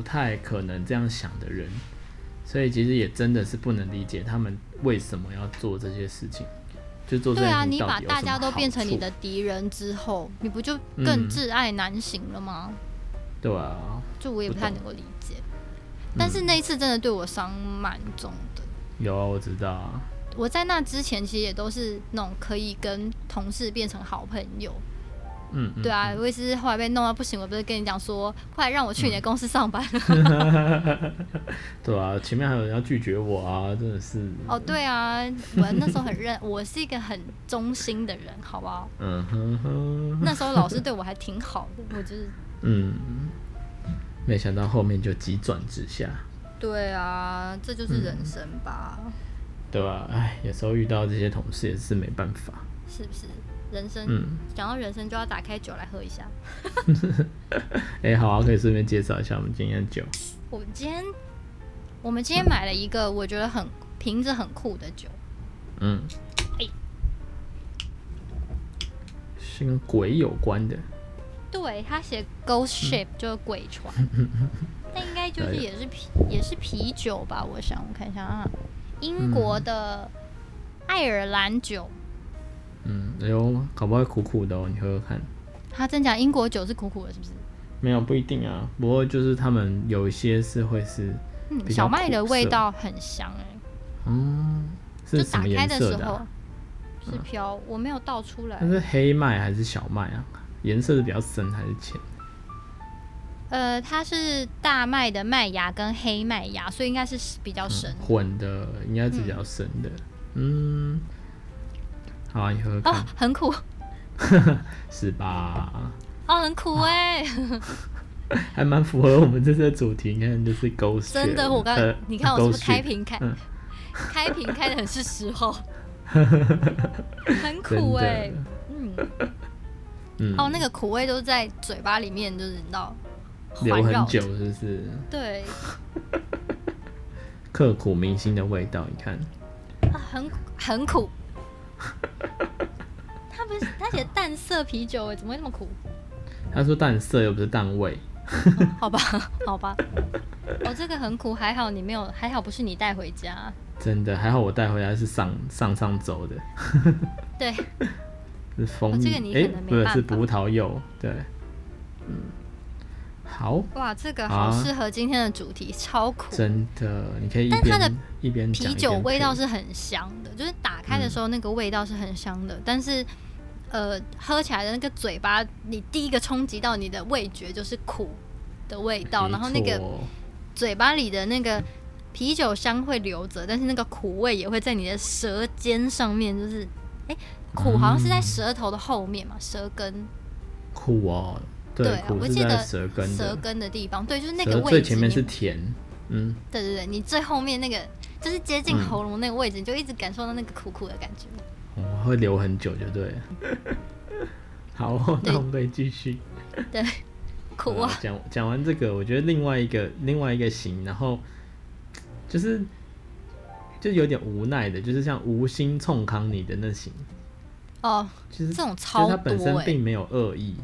太可能这样想的人，所以其实也真的是不能理解他们为什么要做这些事情，就做这
对
些
啊，
事情
你
到
把
底有
大
什
家
么
都
好
变成你
处
的敌人之后，你不就更
嗯
挚爱难行了吗？
对啊，
就我也
不
不太
懂嗯
能够理解。但是那一次真的对我伤蛮重的。
有啊，我知道啊，
我在那之前其实也都是那种可以跟同事变成好朋友，
嗯，嗯
对啊，我也是后来被弄到不行，我不是跟你讲说，快让我去你
嗯
的公司上班。
对啊，前面还有人要拒绝我啊，真的是，
哦，对啊，我那时候很认，我是一个很忠心的人，好不好？
嗯哼哼，
那时候老师对我还挺好的，我就是
嗯，没想到后面就急转直下，
对啊，这就是人生吧，
对吧、哎，有时候遇到这些同事也是没办法，
是不是？人生
嗯，
讲、到人生就要打开酒来喝一下。
哎、好啊，可以顺便介绍一下我们今天的酒，
我们今天我们今天买了一个我觉得很瓶子很酷的酒，
嗯，
哎
是跟鬼有关的，
对，它写 Ghost Ship、就是鬼船，那应该就是
对
也是啤也是啤酒吧？我想我看一下啊，英国的爱尔兰酒。
嗯，哎呦，搞不好会苦苦的哦，你喝喝看。
他真讲英国酒是苦苦的，是不是？
没有不一定啊，不过就是他们有一些是会是，
嗯，
比较
小麦的
苦涩
味道很香哎、
嗯，是
就
什
打
么
开
颜
的
色
时
的
候、
啊？
是飘，我没有倒出来
它。是黑麦还是小麦啊？颜色是比较深还是浅？嗯
呃，它是大麦的麦芽跟黑麦芽，所以应该是比较深。
混的应该是比较深的。嗯，好、啊，你喝喝
哦
看，，
很苦，
是吧？
哦，很苦哎、
啊还蛮符合我们这次的主题，你看就是狗血。
真的，我刚
呃
你看我是不
狗
是
血
开瓶开
嗯
开瓶开的很是时 候，很
真
苦
的，
哎、嗯，
嗯，
哦，那个苦味都是在嘴巴里面，就是你知道
留
环绕
很久，
着
是不是？
对，
刻骨铭心的味道，你看，
啊，很很苦。他不是他写淡色啤酒哎，怎么会那么苦？
他说淡色又不是淡味，
好吧，好吧。哦，这个很苦，还好你没有，还好不是你带回家。
真的还好我带回来是上上上周的，
对，
是蜂
哦
蜜，
这
哎、
个你可能没
不是
办
是
法
葡萄柚，对，嗯，好，
哇，这个
啊
好适合今天的主题，超苦。
真的，你可以一
但它的
边一边讲
啤
一
酒
边
味
配
道是很香的，就是打开的
嗯
时候那个味道是很香的，但是呃，喝起来的那个嘴巴，你第一个冲击到你的味觉就是苦的味道，
没
然后那个
错
嘴巴里的那个啤酒香会留着，但是那个苦味也会在你的舌尖上面，就是哎、苦好像是在舌头的后面
嗯
嘛，舌根。
苦哦，
对啊
苦
我
是
记
在
得
舌根
舌
的，
根的地方，对，就是那
舌
个位置。
最前面是
你
甜，嗯，
对对对，你最后面那个就是接近
嗯
喉咙那个位置，你就一直感受到那个苦苦的感觉。
我会留很久就对 了。好哦，
对
那我们可以继续。
对，苦
好
啊
啦！讲讲完这个，我觉得另外一个另外一个型，然后就是就有点无奈的，就是像无心冲康你的那型，嗯
哦，
就是
这种
就是
超
他本身
多哎、
并没有恶意，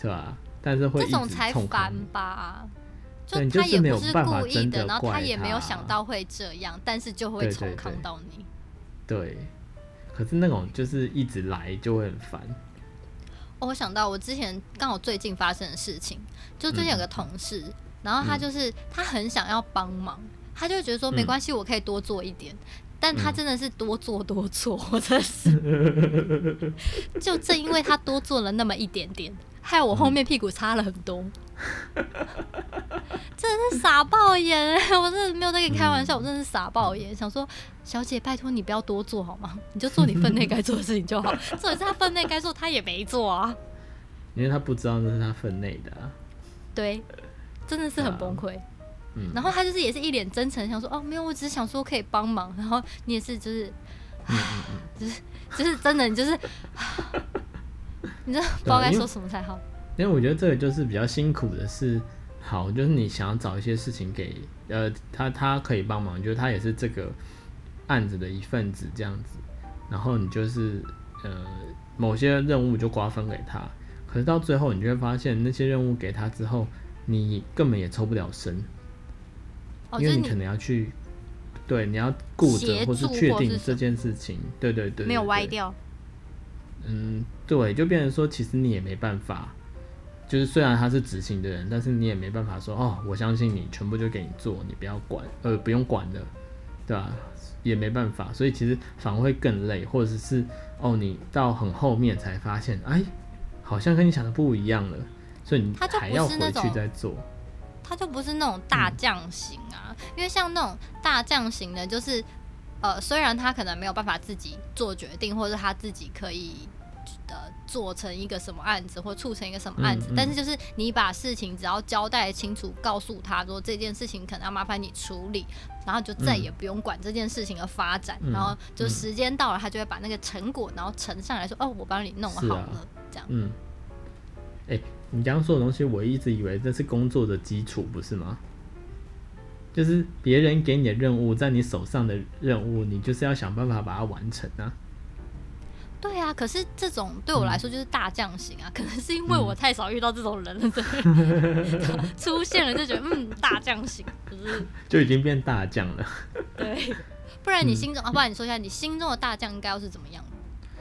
对吧？但是会
哎这
一
种
直
才
冲康
烦
你。
吧？
对你就
他
是
也
没有
不是
办法
故意
真的
然后
怪
也没有
他
想到会这样，但是就会
对
冲
对
康
对
到你。
对，可是那种就是一直来就会很烦。
哦我想到我之前刚好最近发生的事情，就最近有个同事，然后他就是、他很想要帮忙，他就觉得说
嗯
没关系，我可以多做一点。但他真的是多做多做，我真的是，就正因为他多做了那么一点点，害我后面屁股擦了很多，真的是傻爆眼！欸我真的没有在跟你开玩笑，我真的是傻爆眼，想说小姐，拜托你不要多做好吗？你就做你分内该做的事情就好。重点是他分内该做，他也没做啊。
因为他不知道那是他分内的、啊，
对，真的是很
啊
崩溃。
嗯
然后他就是也是一脸真诚，想说哦，没有，我只是想说可以帮忙。 然后你也是就是，
嗯
就是就是真的，你就是， 你真的不知道
对啊
该
因为
说什么才好。
因为我觉得这个就是比较辛苦的是，好，就是你想要找一些事情给呃他，他可以帮忙，就是他也是这个案子的一份子这样子，然后你就是呃某些任务就瓜分给他，可是到最后你就会发现那些任务给他之后，你根本也抽不了身，
哦，
因
就是
为你可
你
能要去。对，你要顾
协
着或是
助
确
或是
定
什
这件事情，对对对
没有
对
歪
对
掉。
嗯，对，就变成说，其实你也没办法，就是虽然他是执行的人，但是你也没办法说，哦，我相信你，全部就给你做，你不要管，呃，不用管的，对吧、也没办法，所以其实反而会更累，或者是哦，你到很后面才发现，哎，好像跟你想的不一样了，所以你
它就
还
不
要
是
回
那
去
种
再做。
它就不是那种大将型啊，因为像那种大将型的，就是呃，虽然他可能没有办法自己做决定，或者他自己可以呃做成一个什么案子，或促成一个什么案子，
嗯嗯
但是就是你把事情只要交代清楚，告诉他说这件事情可能要麻烦你处理，然后就再也不用管这件事情的发展，
嗯
然后就
嗯
时间到了，他就会把那个成果然后呈上来说，哦，我帮你弄好
是啊
了，这样。
嗯，哎、你刚刚说的东西，我一直以为这是工作的基础，不是吗？就是别人给你的任务，在你手上的任务，你就是要想办法把它完成啊。
对啊，可是这种对我
嗯
来说就是大将型啊，可 能是因为我太少遇到这种人了，所 以 出现了就觉得嗯大将型，就是
就已经变大将了。
对。不然你心
嗯
中、啊，不然你说一下你心中的大将应该要是怎么样？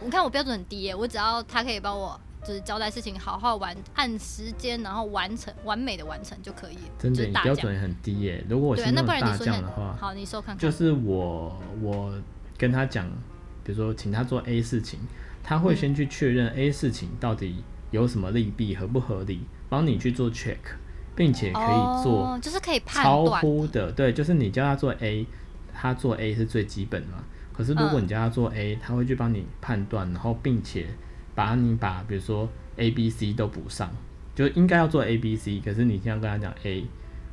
我看我标准很低耶、我只要他可以帮我就是交代事情，好好完按时间，然后完成完美的完成就可以了，
真
就
的，
是
你
大
标
将。
准也很低耶、如果我
对，
是
那
种
不然你
大
说一下
将的话，，
好，你说看看。
就是我我跟他讲，比如说请他做 A 事情，他
嗯
会先去确认 A 事情到底有什么利弊，合不合理，帮你去做 check，并且可以做
哦，就是可以判
超
断
乎
的。
的，对，就是你叫他做 A，他做 A 是最基本的嘛。可是如果
嗯
你叫他做 A，、他会去帮你判断，然后并且把你把比如说 A、B、C 都补上，就应该要做 A、B、C，可是你经常跟他讲 A，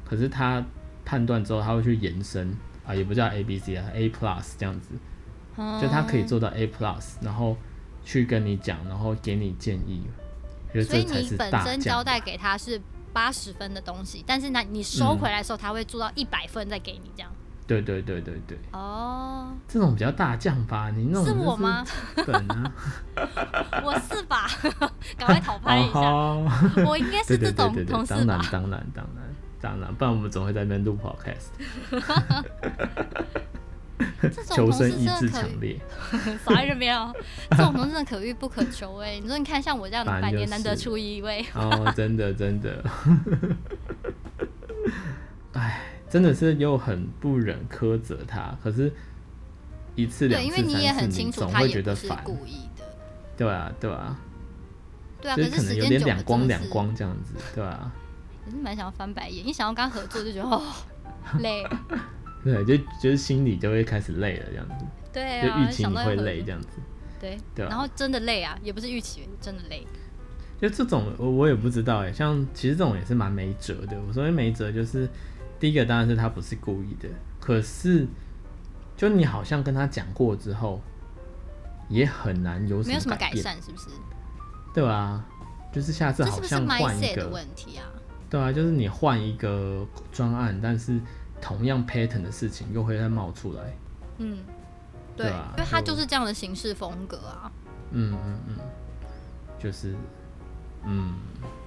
可是他判断之后他会去延伸啊，也不叫 A、B、C 啊，A plus 这样子，
嗯
就他可以做到
哦
A plus，然后去跟你讲，然后给你建议，我觉得
所以
这才
你
是
本
大
身交
将。
代给他是八十分的东西，但是呢，你
嗯
收回来的时候，他会做到一百分再给你这样。
对对对对对，
哦，
这种比较大将吧，你那种
是
就
我吗？
本 啊。
我是吧？赶快讨拍一下，
哦吼
我应该
对
是
对
这
对
种
对
同
对，当
事
然
吧？
当然当然当然，不然我们总会在那边录 podcast，
这种
求
同
生
事真
意
的
志
可
强烈，
遇，少在这边哦。这种同事真的可遇不可求哎、你说你看，像我这样的
反正
百
就
年
是
难得出一位，
哦，真 的真的， 哎，真的是又很不忍苛责他，可是一次两
对，因
次
为你也
三
很
次，
清
你
楚
总
他
会
也
觉得
不是
烦，
故意的。
对啊对啊，
对啊，
就是
是
可能
时
有点
间久了
两光
真的
两
是
光这样子，对啊，
也是蛮想要翻白眼。一想要跟他合作，就觉得 哦累，
对，就就是心里就会开始累了这样子，
对
就
啊，
预期
想
你
到要
会
合
累
作
这样子。
对，
对啊
然后真的累啊，也不是预期，真的累。
就这种我我也不知道哎，像其实这种也是蛮没辙的。我说的没辙就是第一个当然是他不是故意的，可是就你好像跟他讲过之后，也很难有什
没有什么
么
改
变，
善，是不是？
对啊，就是下次
这是
好
不是
像
mindset
换一
的
个，
问题啊？
对啊，就是你换一个专案，但是同样 pattern 的事情又会再冒出来。
嗯，对，
对啊
因为他
就
就是这样的行事风格啊。
嗯嗯嗯，就是嗯，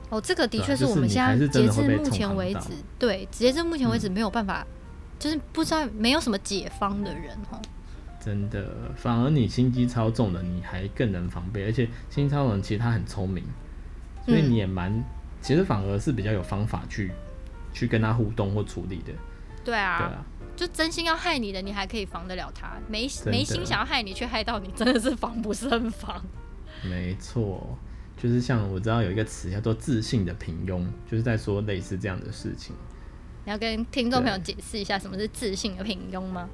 哦，这个的
对啊
确
就是
我们
你
现
还是
在
真
截
的会
至
被
目
冲
前
康
为
到嗯
止，对，截至目前为止没有办法，就是不知道没有什么解方的人哦。
真的，反而你心机超重的，你还更能防备，而且心机超重的人其实他很聪明，所以
嗯
你也蛮，其实反而是比较有方法去去跟他互动或处理的，
对啊，
对啊，
就真心要害你的，你还可以防得了他；没
的
没心想要害你却害到你，真的是防不胜防。
没错，就是像我知道有一个词叫做自信的平庸，就是在说类似这样的事情。
你要跟听众朋友
对
解释一下什么是自信的平庸吗？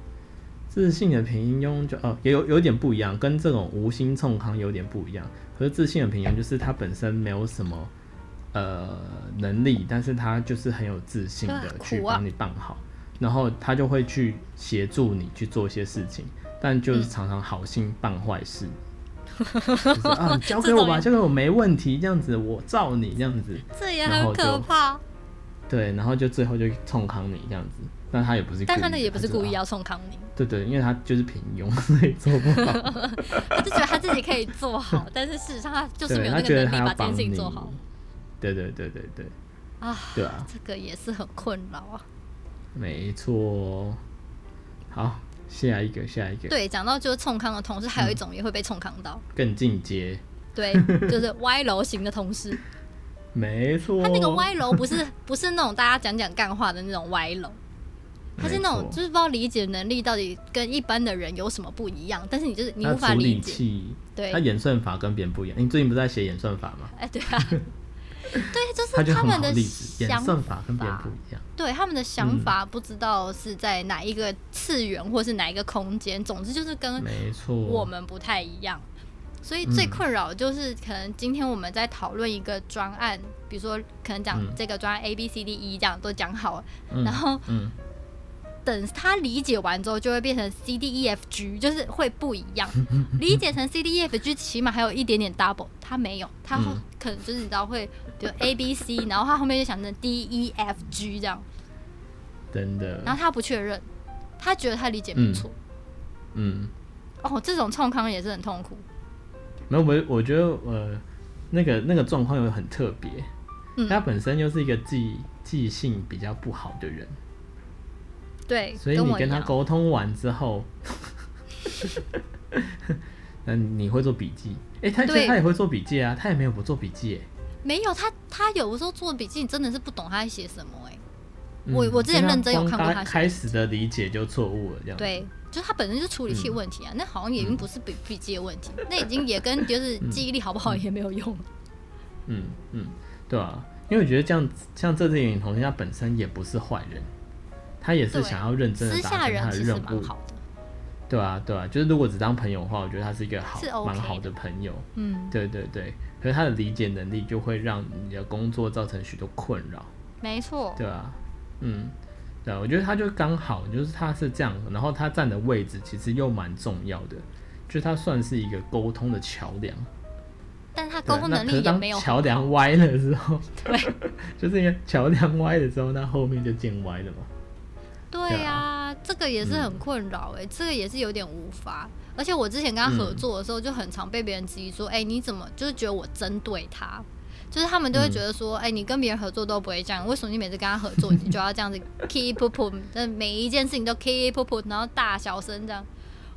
自信的平庸就哦，也有有点不一样，跟这种无心冲康有点不一样。可是自信的平庸就是他本身没有什么呃能力，但是他就是很有自信
对
的
很
去
苦啊
帮你办好，然后他就会去协助你去做一些事情，但就是常常好心办坏 事。就是啊，你交给我吧，
这
交给我没问题，这样子我照你这样子，
这也
然
很
后就
可怕。
对，然后就最后就冲康你这样子，但他也不是故意的，
但他那个也不是
就
故意
啊，
要冲康你，
对对，因为他就是平庸，所以做不好。
他就觉得他自己可以 做好，但是事实上他就是没
对
有
他
那
觉
个
得
能
他
力把
要
这件
帮
事
你
情做好
对对对对对，
啊。
对啊，
这个也是很困扰啊。
没错。好，下一个，下一个，
对，讲到就是冲康的同事，
嗯
还有一种也会被冲康 到，
更进阶，
对，就是歪楼型的同事。
没错。哦
他那个歪楼不是不是那种大家讲讲干话的那种歪楼，他是那种
没错
就是不知道理解能力到底跟一般的人有什么不一样，但是你就是你
他
无法
处
理
理
解。
器，
对
他，演算法跟别人不一样。你最近不是在写演算法吗？
哎，对 啊，对，就
他就是
他
很
们
好
的
例子，演
想
算法跟别人不一样。
对他们的
嗯
想法不知道是在哪一个次元或是哪一个空间，总之就是跟
没错，
我们不太一样。所以最
嗯
困扰的就是，可能今天我们在讨论一个专案，比如说可能讲
嗯
这个专案 A B C D E 这样都讲好了，
嗯
然后
嗯，
等他理解完之后，就会变成 C D E F G，就是会不一 样。理解成 C D E F G，起码还有一点点 double，他没有，他后
嗯
可能就是你知道会就 A B C，然后他后面就想成 D E F G 这样，
真
然
的，
后他不确认，他觉得他理解没错。
嗯，
哦，这种创康也是很痛苦。
没有，我我觉得呃，那个那个状况又很特别，
嗯
他本身又是一个记记性比较不好的人，
对，
所以
跟
你
我一
跟他
样。
沟通完之后， 那你会做笔记？哎、他其实
对
他也会做笔记啊，他也没有不做笔记、欸。
没有他，他有的时候做笔记，你真的是不懂他在写什么哎、
嗯
我我之前
因为
认真有
光
看过
刚
他写
开始的理解就错误了，这样子。
对，就是他本身就是处理器问题啊，
嗯
那好像也已经不是笔笔记的问题，那已经也跟就是记忆力好不好也没有用。
嗯嗯，对啊，因为我觉得这样像这只眼影同学，他本身也不是坏人，他也是
对
想要认嗯真的
私
达
下
成他
人
的
其实
任
蛮
务。
好的，
对啊对啊，就是如果只当朋友的话，我觉得他是一个好
是 OK
蛮好
的
的朋友。
嗯，
对对对，可是他的理解能力就会让你的工作造成许多困扰。
没错，
对啊，嗯，对啊，我觉得他就刚好，就是他是这样，然后他站的位置其实又蛮重要的，就是他算是一个沟通的桥梁。
但是他沟
对，啊
通
那
能
可是
力也
当
没有
桥梁歪了之后，
对，
就是因为桥梁歪了之后，那后面就见歪了嘛。
对啊，这个也是很困扰哎、这个也是有点无法。而且我之前跟他合作的时候，就很常被别人质疑说：“哎、你怎么就是觉得我针对他？”就是他们就会觉得说：“哎、你跟别人合作都不会这样，为什么你每次跟他合作，你就要这样子 keep up，那每一件事情都 keep up，然后大小声这样？”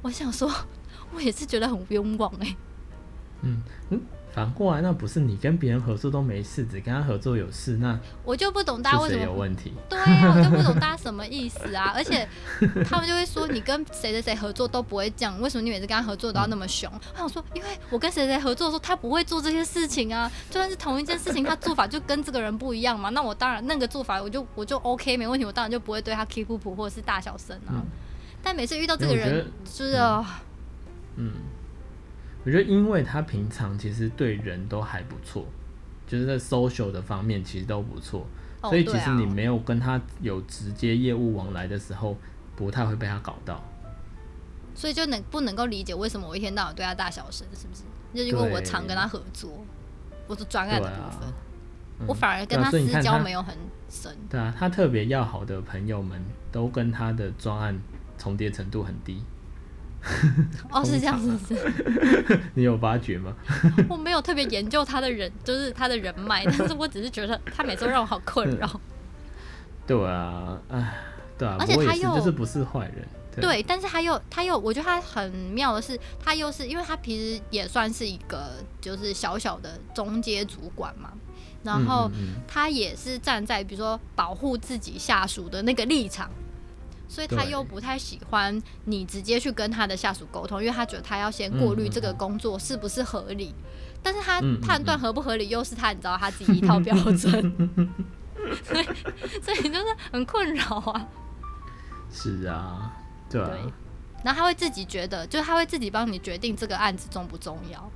我想说， 我也是觉得很冤枉哎、
嗯，反过来，那不是你跟别人合作都没事，只跟他合作有事，那
我就不懂大家
是
为什
谁
么
有问题？
对啊，我就不懂大家什么意思啊！而且他们就会说你跟谁谁谁合作都不会这样，为什么你每次跟他合作都要那么凶？我想说，因为我跟谁谁合作的时候，他不会做这些事情啊。就算是同一件事情，他做法就跟这个人不一样嘛。那我当然那个做法，我就我就 OK 没问题，我当然就不会对他 keep up 或是大小声啊。
嗯
但每次遇到这个
因为我
人
觉，
就是、哦
嗯，我觉得因为他平常其实对人都还不错，就是在 social 的方面其实都不错，
哦
所以
对
其实
啊
你没有跟他有直接业务往来的时候，不太会被他搞到。
所以就能不能够理解为什么我一天到晚对他大小声，是不是？就是因为我
对
常跟他合作，我是专
对
案的
啊
部分。，
嗯
我反而
对
跟
啊
他
所以你
私
看
交
他
没有很深，
对啊，他特别要好的朋友们都跟他的专案重叠程度很低，
哦，是这样子，是不是
你有发觉吗？
我没有特别研究他的人，就是他的人脉，但是我只是觉得他每周让我好困扰。
对啊，唉，对啊，
而且
不过也
他
是，
又
就是不是坏人， 对，
对，但是他又他又，我觉得他很妙的是，他又是因为他平时也算是一个就是小小的中阶主管嘛，然后
嗯嗯嗯
他也是站在比如说保护自己下属的那个立场。所以他
对
又不太喜欢你直接去跟他的下属沟通，因为他觉得他要先过
嗯
滤
嗯
这个工作是不是合理，但是他
嗯嗯
判断合不合理又是他你知道他自己一套标准， 所以所以就是很困扰啊。
是啊，对啊，
对然后他会自己觉得，就是他会自己帮你决定这个案子重不重要，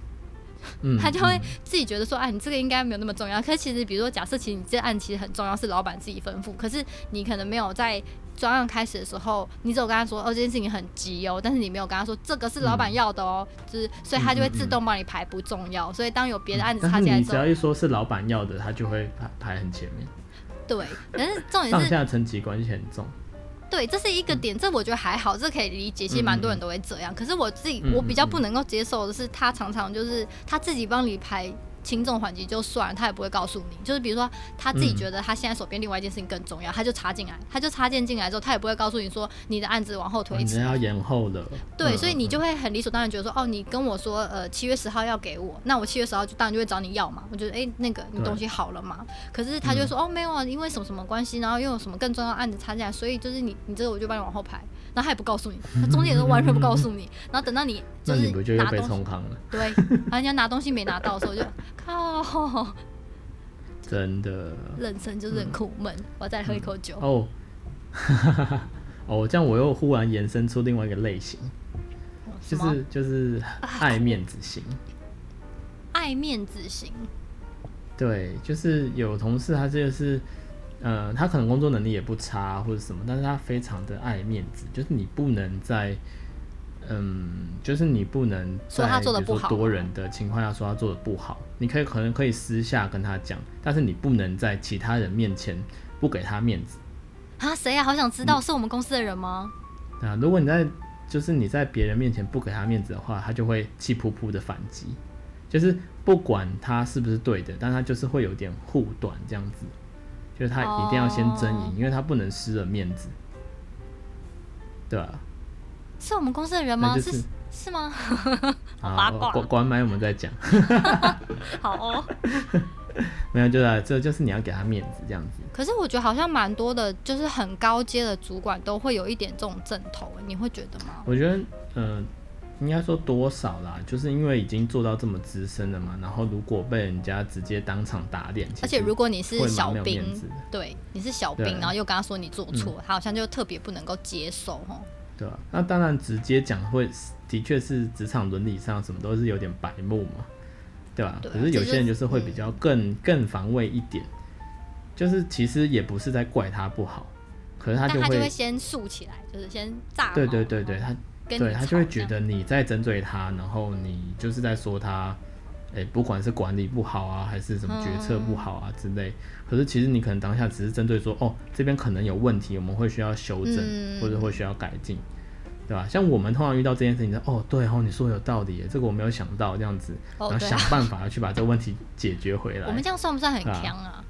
嗯，
他就会
嗯
自己觉得说，啊，你这个应该没有那么重要。可是其实，比如说，假设其实你这案其实很重要，是老板自己吩咐，可是你可能没有在专案开始的时候，你只有跟他说，哦，这件事情很急哦，但是你没有跟他说这个是老
嗯
板要的哦，就是所以他就会自动帮你排不重要。所以当有别的案子插
但是
进
嗯
来
你
之
只
后
要，一说是老板要的，他就会排排很前面，
对，但是重点
上
是
下层级关系很重。
对，这是一
嗯
个点，这我觉得还好，这可以理解。其实蛮多人
嗯
都会这样，可是我自己我比较不能够接受的是，他常常就是他自己帮你排轻重缓急就算了，他也不会告诉你。就是比如说他自己
嗯
觉得他现在手边另外一件事情更重要，他就插进来，他就插件进来之后，他也不会告诉你说你的案子往后推
哦你
迟
这。要延后了。
对，
嗯
所以你就会很理所当然觉得说，哦，你跟我说，呃，七月十号要给我，那我七月十号就当然就会找你要嘛。我觉得，哎、那个你
对嗯
东西好了嘛？可是他就会说，哦，没有啊，因为什么什么关系，然后又有什么更重要的案子插进来，所以就是你，你这个我就帮你往后排。然后他也不告诉你，他中间也是完全不告诉 你。然后等到你就
嗯那
是
你不就又
拿
被
东
冲
西，
康了？
对，然后人家拿东西没拿到的时候，我就靠，
真的
人生就是很苦闷。我要再喝一口酒，
嗯哦，哦， 这样我又忽然延伸出另外一个类型，
哦什
就
么啊
是就是爱面子型。
爱面子型，
对，就是有同事他就是，呃，他可能工作能力也不差或者什么，但是他非常的爱面子，就是你不能在，嗯，就是你不能
说
在
他做得
比如
不
说
好
多人的情况下说他做的不好，你可以可能可以私下跟他讲，但是你不能在其他人面前不给他面子
啊，谁呀、好想知
嗯
道是我们公司的人吗？
啊。如果你在就是你在别人面前不给他面子的话，他就会气扑扑的反击，就是不管他是不是对的，但他就是会有点护短这样子，就是他一定要先争赢，
哦
因为他不能失了面子，对吧、啊
是我们公司的人
那
吗？
就是是
是吗？
啊？
八卦
关关麦我们再讲，
好哦。
没有，就是、啊、这就是你要给他面子这样子。
可是我觉得好像蛮多的，就是很高阶的主管都会有一点这种阵头，你会觉得吗？
我觉得，呃，应该说多少啦，就是因为已经做到这么资深了嘛，然后如果被人家直接当场打脸，其
而且
实
如果你是
会蛮
小
没有
兵
面子的，
对，你是小兵，
对嗯
然后又跟他说你做错，他好像就特别不能够接受哦。
对吧、那当然直接讲会，的确是职场伦理上什么都是有点白目嘛，对吧、
对啊
可是有些人
这就
就是是会比较更、更防卫一点，就是其实也不是在怪他不好，可是他
但
就
他
会，
就会先竖起来，就是先炸毛。
对对对对，他
跟
对
你
他
吵
就会
这
觉
样
得你在针对他，然后你就是在说他，哎、不管是管理不好啊，还是什么决策
嗯
不好啊之类。可是其实你可能当下只是针对说，哦，这边可能有问题，我们会需要修正，
嗯
或者会需要改进，对吧？像我们通常遇到这件事情的，哦，对哦，你说的有道理耶，这个我没有想到这样子，
哦
然后
对
想
啊，
办法去把这个问题解决回来。
我们这样算不算很
对啊
强啊？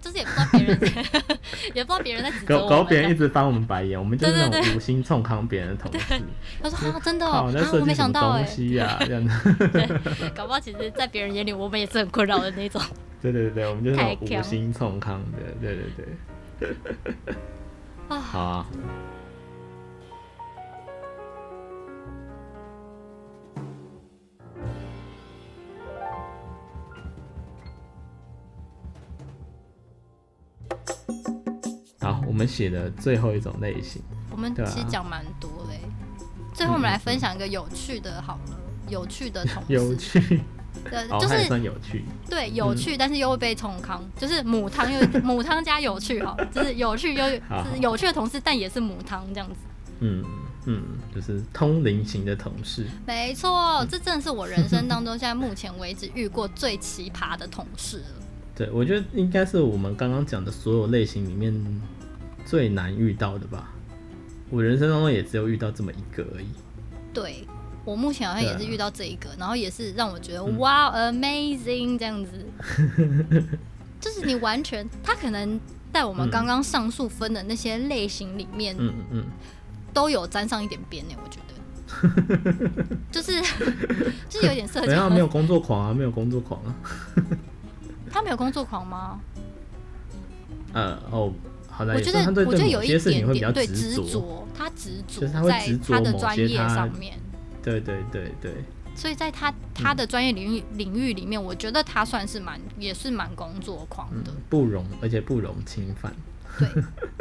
就是也不知道别人， 也不知道别人在指责
搞
我
搞
们这
别人一
样。
直翻我们白眼，我们就是
对
那
对
种无心冲康别人的同事。
他说啊，真的
靠，
哦，
那
啊，
设
我
计
没
什
想
么
到
东
哎、
西呀、这样子。
搞不好其实，在别人眼里我们也是很困扰的那种。
对对对对，我们就是那
太
种
强
无心冲康的，对对对。
啊
好啊，好，我们写的最后一种类型，
我们
对啊
其实讲蛮多嘞、最后我们来分享一个有趣的，好了，有趣的同 事，
有趣，
呃，
哦，
就
它也
是
算嗯有趣，
对有趣，但是又会被冲康，就是母汤又母汤加有趣，好了， 就是有趣又
好
就是有趣的同事，但也是母汤这样子。
嗯嗯，就是通灵型的同事，
没
嗯
错，这真的是我人生当中现在目前为止遇过最奇葩的同事了。
对我觉得应该是我们刚刚讲的所有类型里面最难遇到的吧。我人生当中也只有遇到这么一个而已。
对我目前好像也是
对啊嗯
遇到这一个，然后也是让我觉得哇、amazing 这样 子，就是你完全他可能在我们刚刚上述分的那些类型里面
嗯嗯嗯，
都有沾上一点边呢，我觉得， 就是就是有点社
没有没
交，
有工作狂啊，没有工作狂啊。
他没有工作狂吗？
呃哦，好
我
的，也
觉
算
得
他对
我觉得
对
有
某
一
些事
点
情会比较
点对
执
执
着。
着，他执着
就是他会
在
执着
他的
某
专
些
业
他
上面。
对对对对，
所以在他
嗯
他的专业领域领域里面，我觉得他算是蛮也是蛮工作狂
嗯
的，，
不容而且不容侵犯。
对，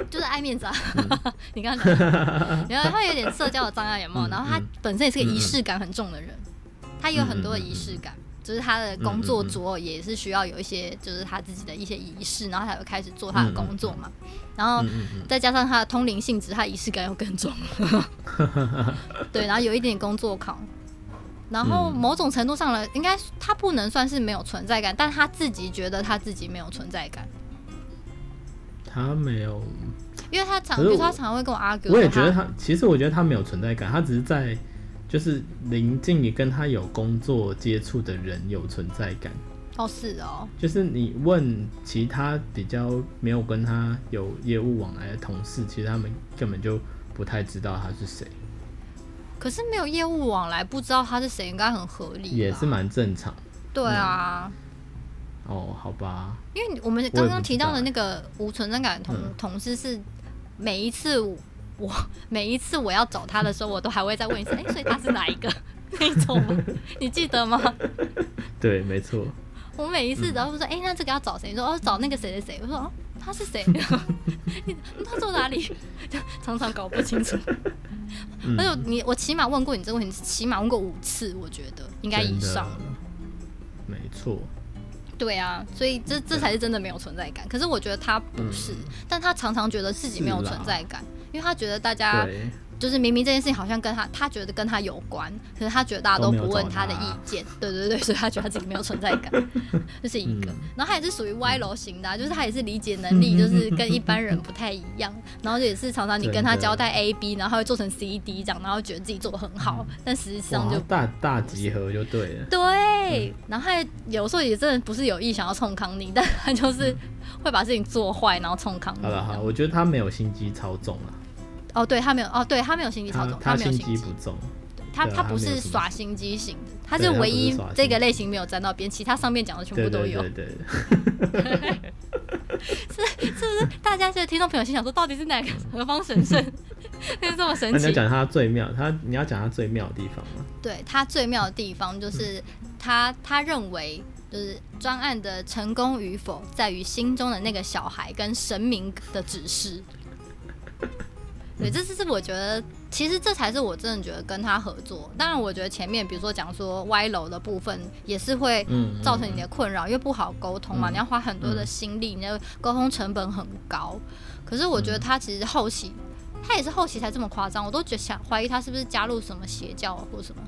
就是爱面子啊。 你刚刚讲的，然后他有点社交的障碍，有没有？
嗯
然后他本身也是个仪式感很重的人，他有很多的仪
嗯
式感，就是他的工作桌也是需要有一些，就是他自己的一些仪式，然后他才会开始做他的工作嘛。然后
嗯嗯嗯，
再加上他的通灵性质，他仪式感又更重。 对，然后有一点工作狂，然后
嗯
某种程度上了，应该他不能算是没有存在感，但他自己觉得他自己没有存在感，
他没有，
因为他常，
可
比
是
如说
我
他常会跟我 argue，
我也
说
觉得他，其实我觉得他没有存在感，他只是在就是临近你跟他有工作接触的人有存在感。
哦是哦，
就是你问其他比较没有跟他有业务往来的同事，其实他们根本就不太知道他是谁，
可是没有业务往来，不知道他是谁，应该很合理吧。
也是嗯蛮正常。
对啊，
哦，好吧，
因为我们刚刚提到的那个无存在感的同、
嗯
同事是每一次我 我每一次我要找他的时候，我都还会再问一次，哎、所以他是哪一个 那一种吗？你记得吗？
对，没错，
我每一
嗯
次然后说，哎、那这个要找谁？你说哦，找那个谁谁谁。我说哦，他 是谁？你他住哪里？ 就常常搞不清楚。
嗯
而且你我起码问过你这个问题，起码问过五次，我觉得应该以
真的
上了。
没错，
对啊，所以这这才是真的没有存在感。可是我觉得他不是，
嗯
但他常常觉得自己没有存在感，因为他觉得大家
对，
就是明明这件事情好像跟他，他觉得跟他有关，可是他觉得大家都
都没有
不问
找他
的意见，对对对，所以他觉得他自己没有存在 感，这是一个
嗯。
然后他也是属于歪楼型的啊、就是他也是理解能力
嗯
就是跟一般人不太一样，然后也是常常你跟他
真的
交代 A B，然后他会做成 C D 这样，然后觉得自己做的很好，但实际上
嗯哇
就，
大大集合就对了，
对，然后他有时候也真的不是有意想要冲康 你，但他就是会把事情做坏，然后冲康你
嗯好。了好，我觉得他没有心机操纵了，
哦，对他没有，哦，对他没有心机操纵，
他
没有
心
心机
不重，
他
对啊
他
他
不
没有
是
什么
耍心机型的，他
对
是
他不
唯
是
一
耍心
这个
机
类型没有沾到边，其他上面讲的全
对
部都
对
有
对。对，啊对
大家这个听众朋友心想说，到底是哪个 何方神圣，就是这么神
那你要
奇？
讲他最妙，他你要讲他最妙的地方吗？
对他最妙的地方就是
嗯
他他认为。就是专案的成功与否，在于心中的那个小孩跟神明的指 示。对，这是我觉得，其实这才是我真的觉得跟他合作。当然，我觉得前面比如说讲说歪楼的部分，也是会
嗯，
造成你的困扰，因为不好沟通嘛，
嗯
你要花很多的心力，你的沟通成本很高。可是我觉得
嗯
他其实后期，他也是后期才这么夸张，我都觉得想怀疑他是不是加入什么邪教啊或什么。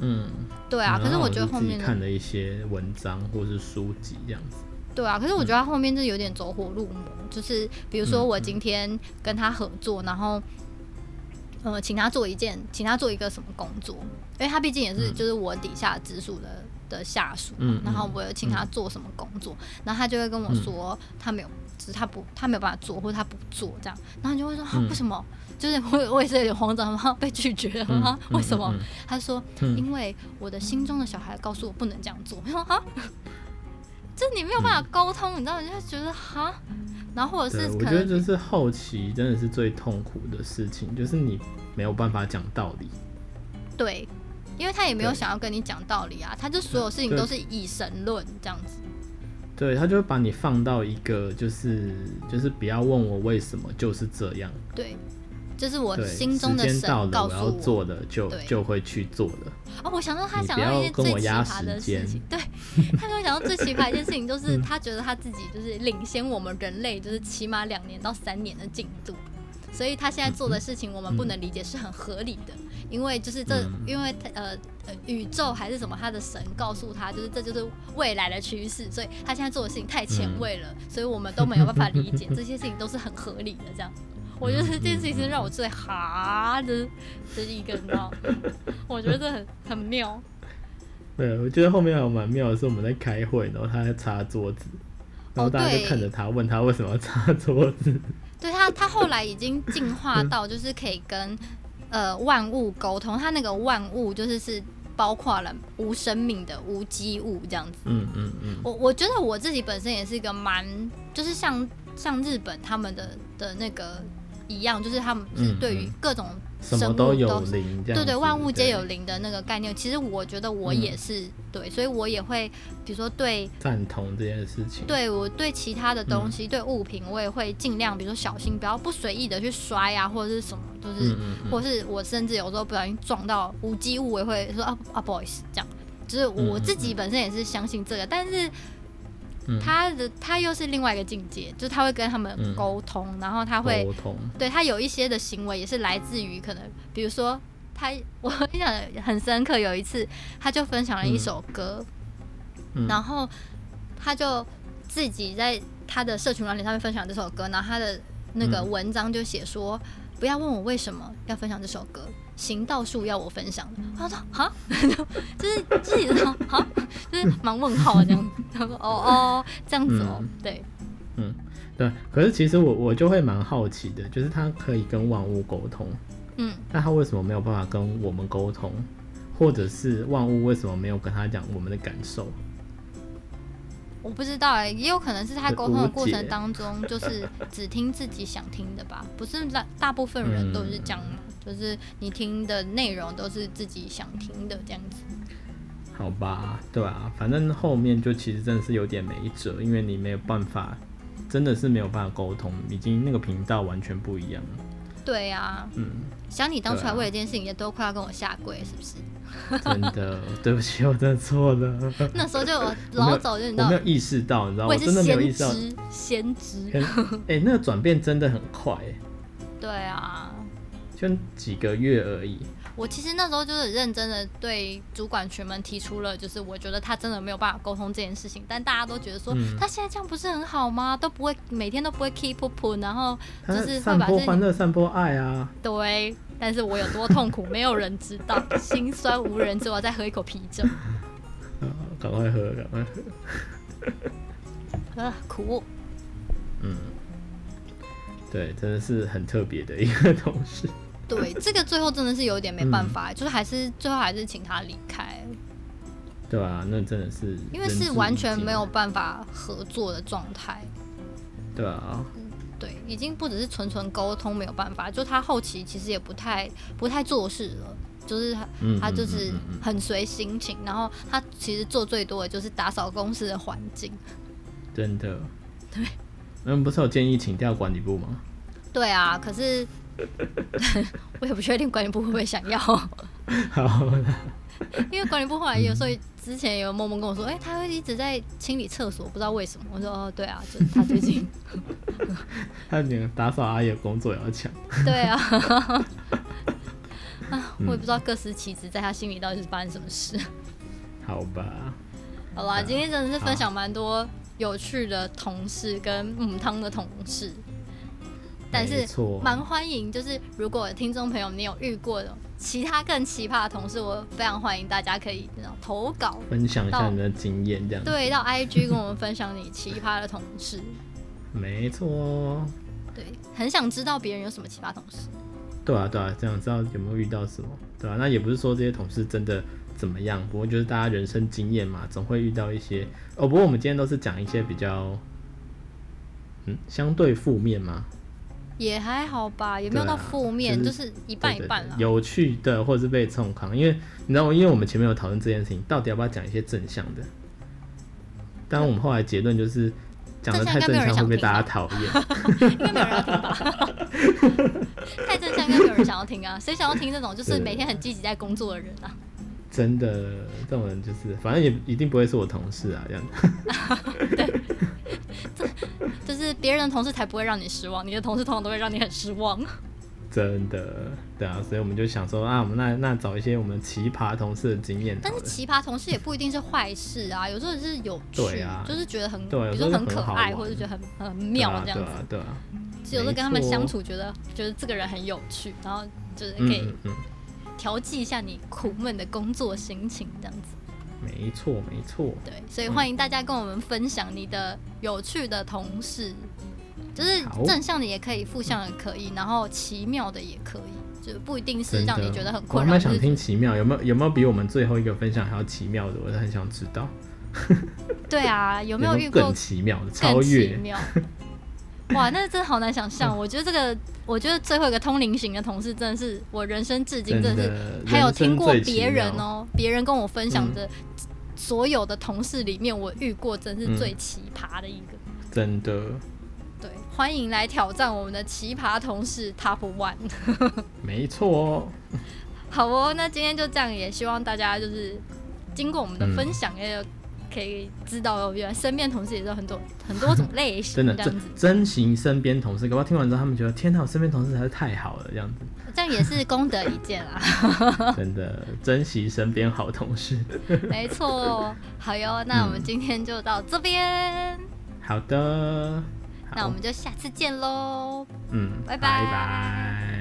嗯，
对啊，可是
然
我觉得
就
后
自己
面的
看了一些文章或是书籍这样子，
对啊，可
嗯
是我觉得他后面就是有点走火入魔，就是比如说我今天跟他合作，然后呃，请他做一件，请他做一个什么工作，因为他毕竟也是就是我底下直属的的下属嘛，
嗯
然后我有请他做什么工作，然后他就会跟我说他没有，只是他不他没有办法做，或者他不做这样，然后你就会说啊
嗯
为什么？就是 我我也是有点慌张，然后被拒绝了啊
嗯，
为什么？
嗯嗯
他说
嗯
因为我的心中的小孩告诉我不能这样做。我 说哈，就你没有办法沟通，你知道，你就会觉得哈，然后或者
对，
是
我
可
觉得
能
这是后期真的是最痛苦的事情，就是你没有办法讲道理，
对，因为他也没有
对
想要跟你讲道理啊，他就所有事情
对
都是以神论这样子。
对他就会把你放到一个就是就是不要问我为什么，就是这样，
对，这是我
对，
心中的
时间
神
到了，
告
我
诉
要
我。
做的就
对
就会去做了，
哦，我想到他
你
想
不
到
要
一件
跟
最
我
奇
压
葩
时
的事
间嗯
情，对，他跟我讲到最奇葩的一件事情，就是他觉得他自己就是领先我们人类，就是起码两年到三年的进度。所以他现在做
嗯
的事情，我们不能理解是很合理的，因为就是这，
嗯
因为他呃呃宇宙还是什么，他的神告诉他，就是这就是未来的趋势，所以他现在做的事情太前卫了，所以我们都没有办法理解，这些事情都是很合理的这样。我觉得这件事情是让我最哈的，这是一个你知道，我觉得很很妙。
对，我觉得后面还有蛮妙的是我们在开会，然后他在擦桌子，然后
哦
大家
对
就看着他，问他为什么要擦桌子，
对他，他后来已经进化到就是可以跟呃万物沟通，他那个万物就是是包括了无生命的无机物这样子。
嗯嗯嗯，
我我觉得我自己本身也是一个蛮，就是像像日本他们的的那个一样，就是他们是
嗯
对于
嗯
各种
什
生物
么
都
有灵，这样
对对，
子
万物皆
对
有灵的那个概念，其实我觉得我也
嗯
是、对，所以我也会，比如说对
赞同这件事情，
对我对其他的
嗯
东西，对物品，我也会尽量，比如说小心，不要不随意的去摔啊，或者是什么，就是，
嗯嗯嗯
或是我甚至有时候不小心撞到无机物，我也会说啊啊不好意思，这样。就是我
嗯嗯
自己本身也是相信这个，但是
嗯
他的他又是另外一个境界，就是他会跟他们
嗯
沟通，然后他会
沟通，
对他有一些的行为也是来自于可能，比如说他， 我印象很深刻，有一次他就分享了一首歌，
嗯
然后他就自己在他的社群软体上面分享这首歌，然后他的那个
嗯
文章就写说，不要问我为什么要分享这首歌，行道树要我分享的。
嗯
他说哈， 就是自己说哈，就是蛮问号的这样。他说哦哦，这样子哦，
嗯
对，
对，可是其实我我就会蛮好奇的，就是他可以跟万物沟通，
嗯，
那他为什么没有办法跟我们沟通，或者是万物为什么没有跟他讲我们的感受？
我不知道哎、也有可能是他沟通的过
无解
程当中，就是只听自己想听的吧，不是大大部分人都是这样吗？
嗯
就是你听的内容都是自己想听的这样子。
好吧，对啊，反正后面就其实真的是有点没辙，因为你没有办法，真的是没有办法沟通，已经那个频道完全不一样了。
对啊，
嗯，
想你当初
对啊
还为了一件事情也都快要跟我下跪，是不是？
啊真的， 对不起，我真的错了，
那时候就我老早就你知
我
道
没有，意识到，你知道，
我
我
也
真
是
的没有意
先
识到，
知，先知。
很哎、那个转变真的很快、欸，
对啊，
就几个月而已。
我其实那时候就是认真的对主管群们提出了，就是我觉得他真的没有办法沟通这件事情，但大家都觉得说、
嗯
他现在这样不是很好吗？都不会每天都不会 keep up，然后
他
就是会
散
把
播
这
欢乐，散播爱啊！
对，但是我有多痛苦，没有人知道，心酸无人知。我要再喝一口啤酒，
啊赶快喝，赶快喝。
啊，苦。
嗯对，真的是很特别的一个同事。
对，这个最后真的是有点没
嗯
办法，就是还是最后还是请他离开，
对啊，那真的是
因为
人
是
之
完
以
全
情
没有办法合作的状态。
对啊，
对，已经不只是纯纯沟通没有办法，就他后期其实也不太不太做事了，就是他
嗯
他
嗯
就
嗯
是
嗯嗯
很随心情，然后他其实做最多的就是打扫公司的环境。
嗯真的。对，嗯，不是有建议请调管理部吗？
对啊，可是 我也不确定管理部会不会想要，
好啦，
因为管理部后来有时候之前也有默默跟我
嗯
说，哎、他会一直在清理厕所，不知道为什么。我说哦，对啊， 就是他最近
他连打扫阿姨的工作也要抢。
对啊。啊，我也不知道各司其职，在他心里到底是发生什么事。
好吧，
好
嗯对
啦，
啊
今天真的是分享蛮多有趣的同事跟母汤的同事，但
没
是
错，
蛮欢迎，就是如果听众朋友你有遇过的其他更奇葩的同事，我非常欢迎大家可以那种投稿，
分享一下
到
你的经验这样。，
对，到 IG 跟我们分享你奇葩的同事，
没错。
对，很想知道别人有什么奇葩同事，
对啊，对啊，这样知道有没有遇到什么？对啊，那也不是说这些同事真的怎么样，不过就是大家人生经验嘛，总会遇到一些哦。不过我们今天都是讲一些比较，嗯，相对负面嘛，
也还好吧，也没有
对啊
到负面，
就
就是是一半一
对对
半啊
对
啦。
有趣的或者是被冲康，因为你知道，因为我们前面有讨论这件事情，到底要不要讲一些正向的？当然，我们后来结论就是讲的太正向会被大家讨厌。
应该没有人要 听吧？太正向，应该没有人想要听啊！谁想要听这种就是每天很积极在工作的人啊？
真的，这种人就是，反正也一定不会是我同事啊，这样子。
就是别人的同事才不会让你失望，你的同事通常都会让你很失 望。
真的，对啊，所以我们就想说啊，我们那那找一些我们奇葩同事的经验好
但
了，
是奇葩同事也不一定是坏事啊，有时候也是有趣，
对啊
就是觉得很，
对啊
比如说很可
有时候就很好
爱，
玩
或者觉得很很
对
妙
啊
这样
对
子。
啊，对啊，
就有时候跟他
没
们
错
相处，觉得觉得这个人很有趣，然后就是可
嗯
以
嗯嗯，
调剂一下你苦闷的工作心情这样子。
没错没错，
对，所以欢迎大家跟我们分享你的有趣的同事，就是
好
正向的也可以，负向的也可以，然后奇妙的也可以，就不一定是
真的
让你觉得很
我
困
还
扰。
蛮
就
想
是
听奇妙，有没有有没有比我们最后一个分享还要奇妙的？我是很想知道
对啊，有没有遇过
更奇妙的，超
更奇
越
妙？哇，那真的好难想象。我觉得这个，我觉得最后一个通灵型的同事真的是我人生至今
真
真的是，
的，
还有
人生
听过
最奇
别
妙，
人
嗯
哦，别人跟我分享的所有的同事里面，我遇过真是最奇葩的一个。
真的，
对，欢迎来挑战我们的奇葩同事 Top One。
没错哦，
好哦，那今天就这样，也希望大家就是经过我们的
嗯
分享，也有可以知道哦原来身边同事也是有很多很多种类型，
真的
这样
珍
子，
珍惜身边同事，搞不好听完之后他们觉得天哪，我身边同事还是太好了，这 样子，
这样也是功德一件啊 啦。
真的珍惜身边好同事。
没错，哦好哟，那我
嗯
们今天就到这边，
好的，好
那我们就下次见喽。
嗯，
拜拜
拜拜